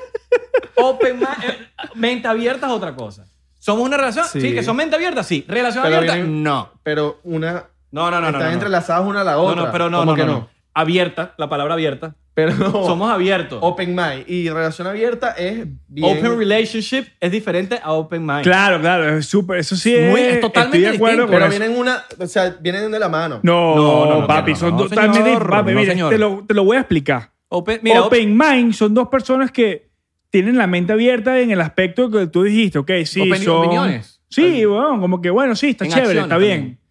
[SPEAKER 4] Open ma- eh, mente abierta es otra cosa. ¿Somos una relación? Sí,
[SPEAKER 3] Sí.
[SPEAKER 4] que son mente abierta, sí. ¿Relación
[SPEAKER 3] Pero
[SPEAKER 4] abierta?
[SPEAKER 3] vienen-
[SPEAKER 4] No.
[SPEAKER 3] Pero una.
[SPEAKER 4] No, no, no, no.
[SPEAKER 3] están
[SPEAKER 4] no, no.
[SPEAKER 3] entrelazadas una a la
[SPEAKER 4] No,
[SPEAKER 3] otra.
[SPEAKER 4] no, pero no,
[SPEAKER 3] ¿Cómo
[SPEAKER 4] no,
[SPEAKER 3] que
[SPEAKER 4] no, no. Abierta, la palabra abierta.
[SPEAKER 3] Pero no.
[SPEAKER 4] Somos abiertos.
[SPEAKER 3] <laughs> open mind. Y relación abierta es bien.
[SPEAKER 4] Open relationship es diferente a open mind.
[SPEAKER 1] Claro, claro, es súper... Eso sí es...
[SPEAKER 4] Muy- es totalmente
[SPEAKER 1] estoy de acuerdo
[SPEAKER 4] distinto,
[SPEAKER 1] con
[SPEAKER 3] Pero
[SPEAKER 1] eso.
[SPEAKER 3] vienen una. O sea, vienen de la mano.
[SPEAKER 1] No,
[SPEAKER 4] No, no, no,
[SPEAKER 1] papi,
[SPEAKER 4] no,
[SPEAKER 1] son
[SPEAKER 4] no,
[SPEAKER 1] dos
[SPEAKER 4] señor.
[SPEAKER 1] totalmente- Papi,
[SPEAKER 4] No,
[SPEAKER 1] mira,
[SPEAKER 4] señor.
[SPEAKER 1] te lo, te lo voy a explicar.
[SPEAKER 4] Open, mira, op-
[SPEAKER 1] open mind son dos personas que tienen la mente abierta en el aspecto que tú dijiste, ok, sí,
[SPEAKER 4] Opini-
[SPEAKER 1] son...
[SPEAKER 4] opiniones.
[SPEAKER 1] Sí, bueno, como que bueno, sí, está
[SPEAKER 4] En
[SPEAKER 1] chévere,
[SPEAKER 4] acciones
[SPEAKER 1] está bien.
[SPEAKER 4] también.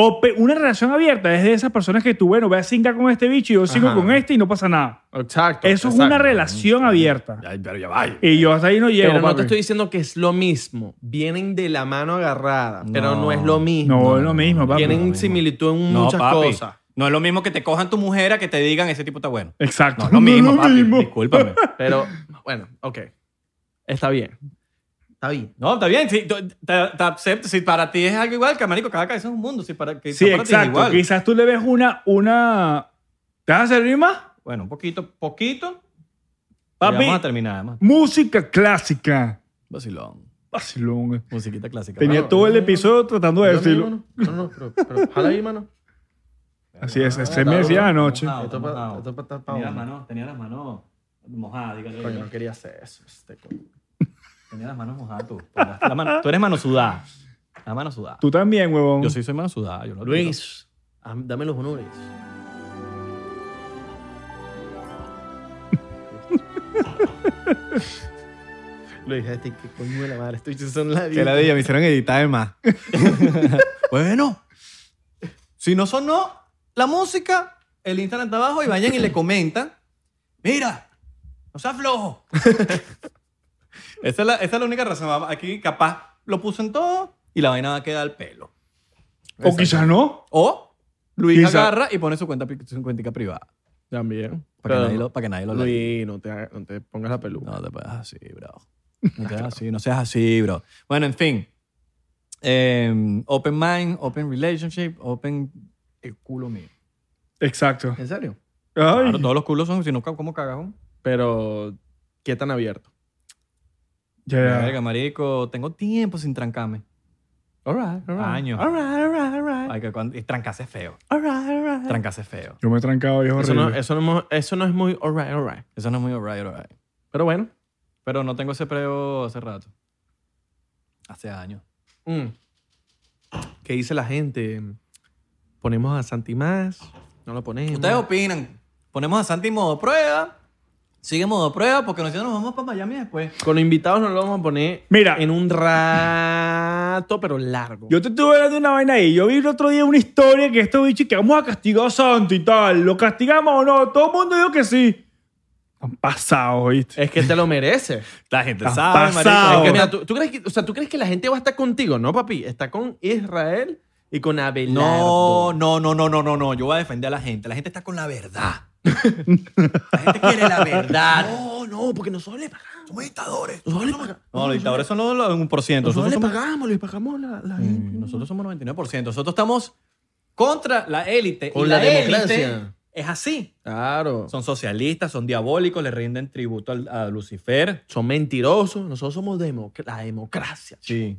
[SPEAKER 1] Ope- una relación abierta es de esas personas que tú, bueno, voy a cingar con este bicho y yo sigo
[SPEAKER 3] Ajá.
[SPEAKER 1] con este y no pasa nada.
[SPEAKER 3] Exacto.
[SPEAKER 1] Eso es
[SPEAKER 3] exacto.
[SPEAKER 1] una relación abierta.
[SPEAKER 4] Ay, pero ya vaya.
[SPEAKER 1] Y yo hasta ahí no llego,
[SPEAKER 3] Pero no
[SPEAKER 1] papi.
[SPEAKER 3] te estoy diciendo que es lo mismo. Vienen de la mano agarrada, pero no
[SPEAKER 4] No.
[SPEAKER 3] es lo mismo.
[SPEAKER 1] No, es lo mismo, papi.
[SPEAKER 3] Tienen
[SPEAKER 4] no, no, no.
[SPEAKER 3] similitud en
[SPEAKER 4] No,
[SPEAKER 3] muchas
[SPEAKER 4] papi.
[SPEAKER 3] cosas.
[SPEAKER 4] No es lo mismo que te cojan tu mujer a que te digan ese tipo está bueno.
[SPEAKER 1] Exacto.
[SPEAKER 4] No es lo mismo, papi.
[SPEAKER 1] mismo.
[SPEAKER 4] Discúlpame.
[SPEAKER 3] Pero, bueno, ok. Está bien. Está bien.
[SPEAKER 4] No, está bien. Si, te- te- te acepto. si para ti es algo igual, que marico, cada cabeza es un mundo. Si para, que
[SPEAKER 1] Sí,
[SPEAKER 4] para ti es
[SPEAKER 1] exacto.
[SPEAKER 4] igual.
[SPEAKER 1] Quizás tú le ves una, una... ¿Te vas a servir más?
[SPEAKER 4] Bueno, un poquito, poquito.
[SPEAKER 1] Papi.
[SPEAKER 4] Papi. Vamos a terminar, además.
[SPEAKER 1] Música clásica.
[SPEAKER 4] Vacilón.
[SPEAKER 1] Vacilón. eh.
[SPEAKER 4] Musiquita clásica.
[SPEAKER 1] Tenía
[SPEAKER 3] Claro,
[SPEAKER 1] todo el
[SPEAKER 3] no, no,
[SPEAKER 1] episodio tratando de
[SPEAKER 3] Déjame ahí,
[SPEAKER 1] decirlo.
[SPEAKER 3] mano. No, no, pero, pero jala ahí, mano.
[SPEAKER 1] Así es, se
[SPEAKER 3] está
[SPEAKER 1] me decía
[SPEAKER 3] duro.
[SPEAKER 1] anoche.
[SPEAKER 4] Ah,
[SPEAKER 3] Esto
[SPEAKER 4] mojado.
[SPEAKER 3] pa- esto pa- está pa'
[SPEAKER 4] Tenía las
[SPEAKER 3] uno.
[SPEAKER 4] manos, tenía las manos mojadas, dígale.
[SPEAKER 3] Coño, no quería hacer eso. Este coño.
[SPEAKER 4] Tenía las manos mojadas tú. La mano- tú eres mano sudada. La mano sudada.
[SPEAKER 1] Tú también, huevón.
[SPEAKER 4] Yo sí soy mano sudada. Yo lo
[SPEAKER 3] Luis, ah, dame los honores. <laughs> Luis, este que coño de la madre. Estoy son la
[SPEAKER 4] Que la de ella me hicieron editar de más. <laughs> bueno, si no sonó la música, el Instagram está abajo y vayan y le comentan. Mira, <laughs> no seas flojo. esa, es la, esa es la única razón. Aquí capaz lo puso en todo y la vaina va a quedar al pelo.
[SPEAKER 1] O quizás no.
[SPEAKER 4] O Luis
[SPEAKER 1] Quizá-
[SPEAKER 4] agarra y pone su cuenta, pri- su cuentica privada.
[SPEAKER 3] También.
[SPEAKER 4] Para que
[SPEAKER 3] Pero,
[SPEAKER 4] nadie lo, para que nadie lo lea.
[SPEAKER 3] Luis, no te, hagas- no te pongas la peluca.
[SPEAKER 4] No te pongas así, bro. No seas así, no seas así, bro. Bueno, en fin. Eh, open mind, open relationship, open el culo mío.
[SPEAKER 1] Exacto.
[SPEAKER 4] ¿En serio?
[SPEAKER 1] Ay.
[SPEAKER 4] Claro, todos los culos son, si no, ¿cómo cagajón?
[SPEAKER 3] Pero, ¿qué tan abierto?
[SPEAKER 1] Ya, ya.
[SPEAKER 4] Verga, marico, tengo tiempo sin trancarme.
[SPEAKER 3] All right, all right.
[SPEAKER 4] Años.
[SPEAKER 3] All right, all right, all right.
[SPEAKER 4] Ay, que cuando- y trancarse es feo.
[SPEAKER 3] All right, all right.
[SPEAKER 4] Trancarse es feo.
[SPEAKER 1] Yo me he trancado, viejo.
[SPEAKER 3] Eso no,
[SPEAKER 1] horrible.
[SPEAKER 3] eso, no, mo- eso no es muy all right, all right.
[SPEAKER 4] Eso no es muy alright, alright.
[SPEAKER 3] Pero bueno.
[SPEAKER 4] Pero no tengo ese preo hace rato. Hace años.
[SPEAKER 3] Mm. ¿Qué dice la gente? ¿Ponemos a Santi más? ¿No lo ponemos?
[SPEAKER 4] ¿Ustedes opinan? Ponemos a Santi en modo prueba. Sigue en modo prueba porque nosotros nos vamos para Miami después.
[SPEAKER 3] Con los invitados nos lo vamos a poner
[SPEAKER 1] Mira.
[SPEAKER 3] en un rato, pero largo.
[SPEAKER 1] Yo te estuve hablando de una vaina ahí. Yo vi el otro día una historia que estos bichos que vamos a castigar a Santo y tal. ¿Lo castigamos o no? Todo el mundo dijo que sí. Han pasado, ¿viste?
[SPEAKER 3] Es que te lo <laughs> mereces.
[SPEAKER 4] La gente
[SPEAKER 1] Estás
[SPEAKER 4] sabe,
[SPEAKER 1] pasado.
[SPEAKER 4] marico.
[SPEAKER 3] Es que,
[SPEAKER 4] Es que
[SPEAKER 3] mira, ¿tú, tú crees que, o sea, ¿tú crees que la gente va a estar contigo? No, papi. Está con Israel y con Abelardo.
[SPEAKER 4] No, no, no, no, no, no, no. Yo voy a defender a la gente. La gente está con la verdad. la gente quiere la verdad.
[SPEAKER 2] No, no, porque nosotros le pagamos.
[SPEAKER 4] Somos dictadores.
[SPEAKER 2] Nosotros le pagamos.
[SPEAKER 4] No, los dictadores son los, los 1%.
[SPEAKER 2] Nosotros
[SPEAKER 4] Nosotros
[SPEAKER 2] le
[SPEAKER 4] somos,
[SPEAKER 2] pagamos, le pagamos la, la
[SPEAKER 4] Mm,
[SPEAKER 2] gente.
[SPEAKER 4] nosotros somos 99%. Nosotros estamos contra la élite.
[SPEAKER 3] Con
[SPEAKER 4] y
[SPEAKER 3] la
[SPEAKER 4] élite
[SPEAKER 3] democracia.
[SPEAKER 4] Es así.
[SPEAKER 3] Claro. Son,
[SPEAKER 4] Son socialistas, son diabólicos, le rinden tributo al- a Lucifer.
[SPEAKER 3] son mentirosos. Nosotros somos democ- la democracia.
[SPEAKER 4] Sí.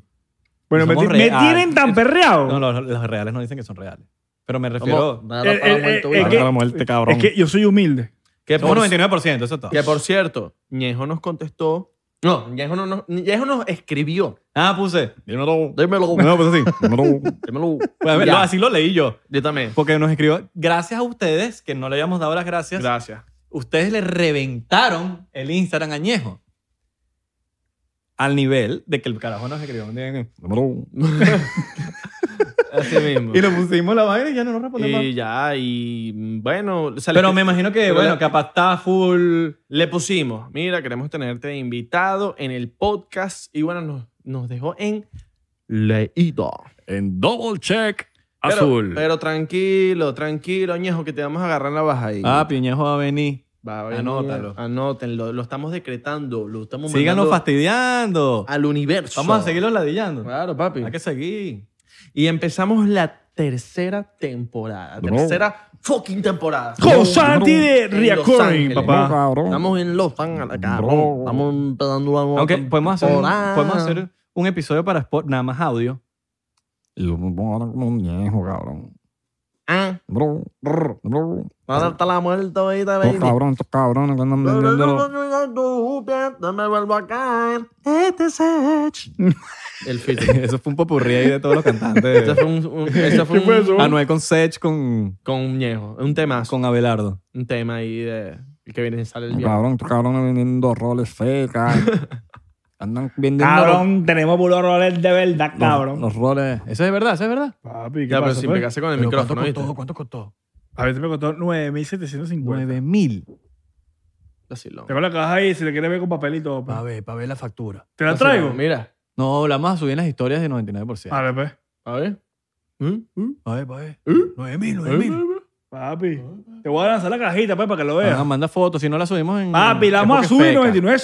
[SPEAKER 1] Bueno, me,
[SPEAKER 4] somos
[SPEAKER 1] ti- me
[SPEAKER 4] real.
[SPEAKER 1] tienen tan perreado.
[SPEAKER 4] No, los, los reales no dicen que son reales. Pero me refiero.
[SPEAKER 3] Somos-
[SPEAKER 4] Somos,
[SPEAKER 3] nada, la
[SPEAKER 1] Eh,
[SPEAKER 3] palabra
[SPEAKER 1] eh,
[SPEAKER 3] tuya.
[SPEAKER 1] eh,
[SPEAKER 3] La
[SPEAKER 1] ¿qué?
[SPEAKER 3] palabra-
[SPEAKER 1] muerte, es que yo soy humilde.
[SPEAKER 3] que por-
[SPEAKER 4] 99%, eso es todo.
[SPEAKER 3] Que por cierto, Ñejo nos contestó. No, Ñejo, no nos, Ñejo nos escribió.
[SPEAKER 4] Ah, puse. Dímelo.
[SPEAKER 1] <laughs>
[SPEAKER 3] Dímelo.
[SPEAKER 4] No, pues así. <laughs>
[SPEAKER 3] Dímelo.
[SPEAKER 4] Pues, a ver,
[SPEAKER 3] Ya,
[SPEAKER 4] lo- así lo leí yo.
[SPEAKER 3] Yo también.
[SPEAKER 4] Porque nos escribió, gracias a ustedes, que no le habíamos dado las gracias,
[SPEAKER 3] Gracias.
[SPEAKER 4] ustedes le reventaron el Instagram añejo. Al nivel de que el carajo nos escribió un día. que,
[SPEAKER 3] Así mismo.
[SPEAKER 4] <laughs> Y le pusimos la vaina y ya no nos respondió más.
[SPEAKER 3] Y ya, y mm, bueno, o sea,
[SPEAKER 4] Pero
[SPEAKER 3] le-
[SPEAKER 4] me imagino que,
[SPEAKER 3] pero
[SPEAKER 4] bueno,
[SPEAKER 3] la-
[SPEAKER 4] capaz está full.
[SPEAKER 3] le pusimos, mira, queremos tenerte invitado en el podcast y bueno, nos, nos dejó en leído.
[SPEAKER 4] En double check
[SPEAKER 3] Pero- Pero tranquilo, tranquilo, Ñejo, que te vamos a agarrar la baja ahí.
[SPEAKER 4] Ah, Piñejo va a venir.
[SPEAKER 3] Va, va,
[SPEAKER 4] anótalo.
[SPEAKER 3] Anótenlo, lo estamos decretando, lo estamos
[SPEAKER 4] Síganos
[SPEAKER 3] mandando
[SPEAKER 4] fastidiando.
[SPEAKER 3] al universo.
[SPEAKER 4] Vamos a seguirlo ladillando.
[SPEAKER 3] Claro, papi.
[SPEAKER 4] Hay que seguir.
[SPEAKER 3] Y empezamos la tercera temporada. Tercera fucking temporada.
[SPEAKER 1] Con Santi de
[SPEAKER 3] En Los
[SPEAKER 1] Reaccoring,
[SPEAKER 3] Ángeles.
[SPEAKER 1] papá.
[SPEAKER 3] Estamos en Los Ángeles, cabrón. Estamos empezando la nueva
[SPEAKER 4] Aunque podemos hacer, un,
[SPEAKER 3] temporada.
[SPEAKER 4] podemos hacer un episodio para Spot, nada más audio.
[SPEAKER 3] Ah, va a estar la muerte ahorita, baby.
[SPEAKER 6] cabrón, que andan
[SPEAKER 3] No me vuelvo a caer. Este es Edge.
[SPEAKER 4] <laughs>
[SPEAKER 3] El featuring.
[SPEAKER 4] Eso fue un popurrí ahí de todos los
[SPEAKER 3] Ese
[SPEAKER 4] cantantes.
[SPEAKER 3] fue un... un- ese fue
[SPEAKER 1] ¿Qué fue
[SPEAKER 3] un-
[SPEAKER 1] eso?
[SPEAKER 4] Anuel con Sech, con,
[SPEAKER 3] Con un ñejo. Un tema.
[SPEAKER 4] con Abelardo.
[SPEAKER 3] Un tema ahí de... el Que viene y sale el viernes.
[SPEAKER 6] Cabrón, estos cabrones vendiendo roles
[SPEAKER 1] <laughs>
[SPEAKER 6] fecas. Andan vendiendo
[SPEAKER 1] Cabrón, tenemos puro roles de verdad,
[SPEAKER 6] los-
[SPEAKER 1] cabrón.
[SPEAKER 6] Los roles.
[SPEAKER 4] Eso es verdad, eso es verdad.
[SPEAKER 1] Papi, ¿qué
[SPEAKER 3] Ya, pero
[SPEAKER 1] pasa?
[SPEAKER 3] sin
[SPEAKER 1] pues?
[SPEAKER 3] pegarse con el
[SPEAKER 4] Pero
[SPEAKER 3] micrófono,
[SPEAKER 4] ¿Cuánto
[SPEAKER 3] ¿viste?
[SPEAKER 4] costó? ¿Cuánto costó?
[SPEAKER 1] A veces me costó 9.750.
[SPEAKER 4] 9000.
[SPEAKER 3] Así lo-
[SPEAKER 1] Tengo la caja ahí si le quieres ver con papel y todo. pues.
[SPEAKER 4] Para ver, para ver la factura.
[SPEAKER 1] ¿Te la
[SPEAKER 3] Así lo-
[SPEAKER 1] traigo?
[SPEAKER 3] Mira.
[SPEAKER 4] No, la vamos a subir en las historias de 99%.
[SPEAKER 1] Vale, pues.
[SPEAKER 3] A ver. ¿Mm? ¿Mm?
[SPEAKER 4] A ver, para ver.
[SPEAKER 3] ¿Eh?
[SPEAKER 4] 9000,
[SPEAKER 1] Papi, te voy a lanzar la cajita, pues, para que lo veas.
[SPEAKER 4] Ah, manda fotos, si no la subimos en.
[SPEAKER 1] Papi, la vamos a
[SPEAKER 4] es porque
[SPEAKER 1] subir
[SPEAKER 4] es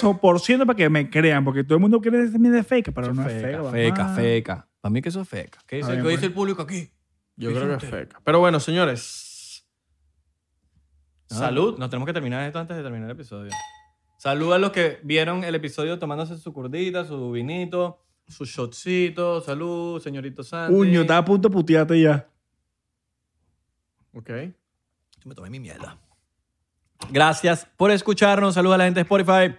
[SPEAKER 1] 99%
[SPEAKER 4] feca.
[SPEAKER 1] para que me crean, porque todo el mundo quiere decirme de fake, pero
[SPEAKER 4] Eso
[SPEAKER 1] no
[SPEAKER 4] es
[SPEAKER 1] es
[SPEAKER 4] feca,
[SPEAKER 1] fake.
[SPEAKER 4] feca, feca. Para mí que eso es feca. ¿Qué dice,
[SPEAKER 1] Está bien,
[SPEAKER 4] qué dice
[SPEAKER 1] pues.
[SPEAKER 4] el público aquí?
[SPEAKER 3] Yo
[SPEAKER 4] ¿Qué
[SPEAKER 3] creo que
[SPEAKER 4] hizo
[SPEAKER 3] es
[SPEAKER 4] usted?
[SPEAKER 3] feca. Pero bueno, señores.
[SPEAKER 4] Ah,
[SPEAKER 3] Salud.
[SPEAKER 4] Nos tenemos que terminar esto antes de terminar el episodio. Salud a los que vieron el episodio tomándose su curdita, su vinito, su shotcito. Salud, señorito Santi.
[SPEAKER 1] Uño, estaba a punto de putearte ya.
[SPEAKER 3] Ok.
[SPEAKER 4] Yo me tomé mi mierda. Gracias por escucharnos. Saludos a la gente de Spotify.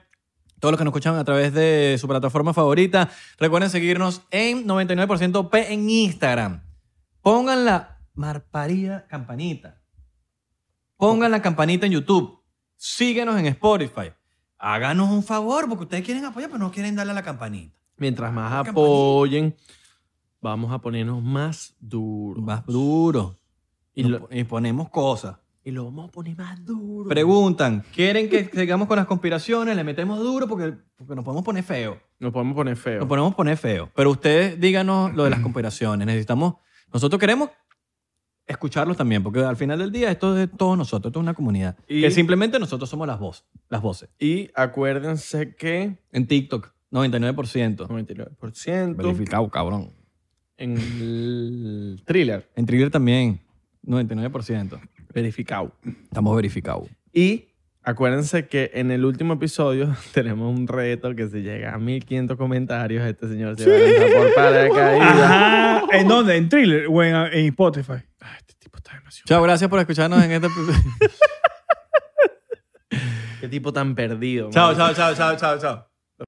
[SPEAKER 4] Todos los que nos escuchan a través de su plataforma favorita. Recuerden seguirnos en 99% P en Instagram. Pongan la marparía campanita. Pongan la campanita en YouTube. Síguenos en Spotify. Háganos un favor porque ustedes quieren apoyar, pero no quieren darle a la campanita.
[SPEAKER 3] Mientras
[SPEAKER 4] La
[SPEAKER 3] más
[SPEAKER 4] campanita.
[SPEAKER 3] apoyen, vamos a ponernos más duros.
[SPEAKER 4] Más duro.
[SPEAKER 3] Y
[SPEAKER 4] Y,
[SPEAKER 3] lo-
[SPEAKER 4] ponemos cosas.
[SPEAKER 3] y lo vamos a poner más duro.
[SPEAKER 4] Preguntan, ¿quieren que sigamos con las conspiraciones? Le metemos duro porque, porque nos podemos poner feo.
[SPEAKER 3] Nos podemos poner feo.
[SPEAKER 4] Nos podemos poner feo. Pero ustedes díganos lo de las conspiraciones. Necesitamos, nosotros queremos escucharlos también, porque al final del día esto es de todos nosotros, esto es una comunidad.
[SPEAKER 3] Y-
[SPEAKER 4] Que simplemente nosotros somos las, voz, las voces.
[SPEAKER 3] Y acuérdense que
[SPEAKER 4] En TikTok, 99%.
[SPEAKER 3] 99%
[SPEAKER 6] Verificado, cabrón.
[SPEAKER 3] en el thriller.
[SPEAKER 4] En Trigger también, 99%.
[SPEAKER 3] Verificado.
[SPEAKER 4] Estamos verificados.
[SPEAKER 3] Y acuérdense que en el último episodio <laughs> tenemos un reto que si llega a 1500 comentarios, este señor se va a lanzar por paracaídas.
[SPEAKER 1] Ajá. ¿En dónde? ¿En Thriller o en, en Spotify?
[SPEAKER 4] Ah,
[SPEAKER 3] Este tipo está demasiado.
[SPEAKER 4] Chao, gracias por escucharnos en este...
[SPEAKER 3] Qué tipo tan perdido.
[SPEAKER 4] chao,
[SPEAKER 3] marico.
[SPEAKER 4] chao, chao, chao, chao, chao.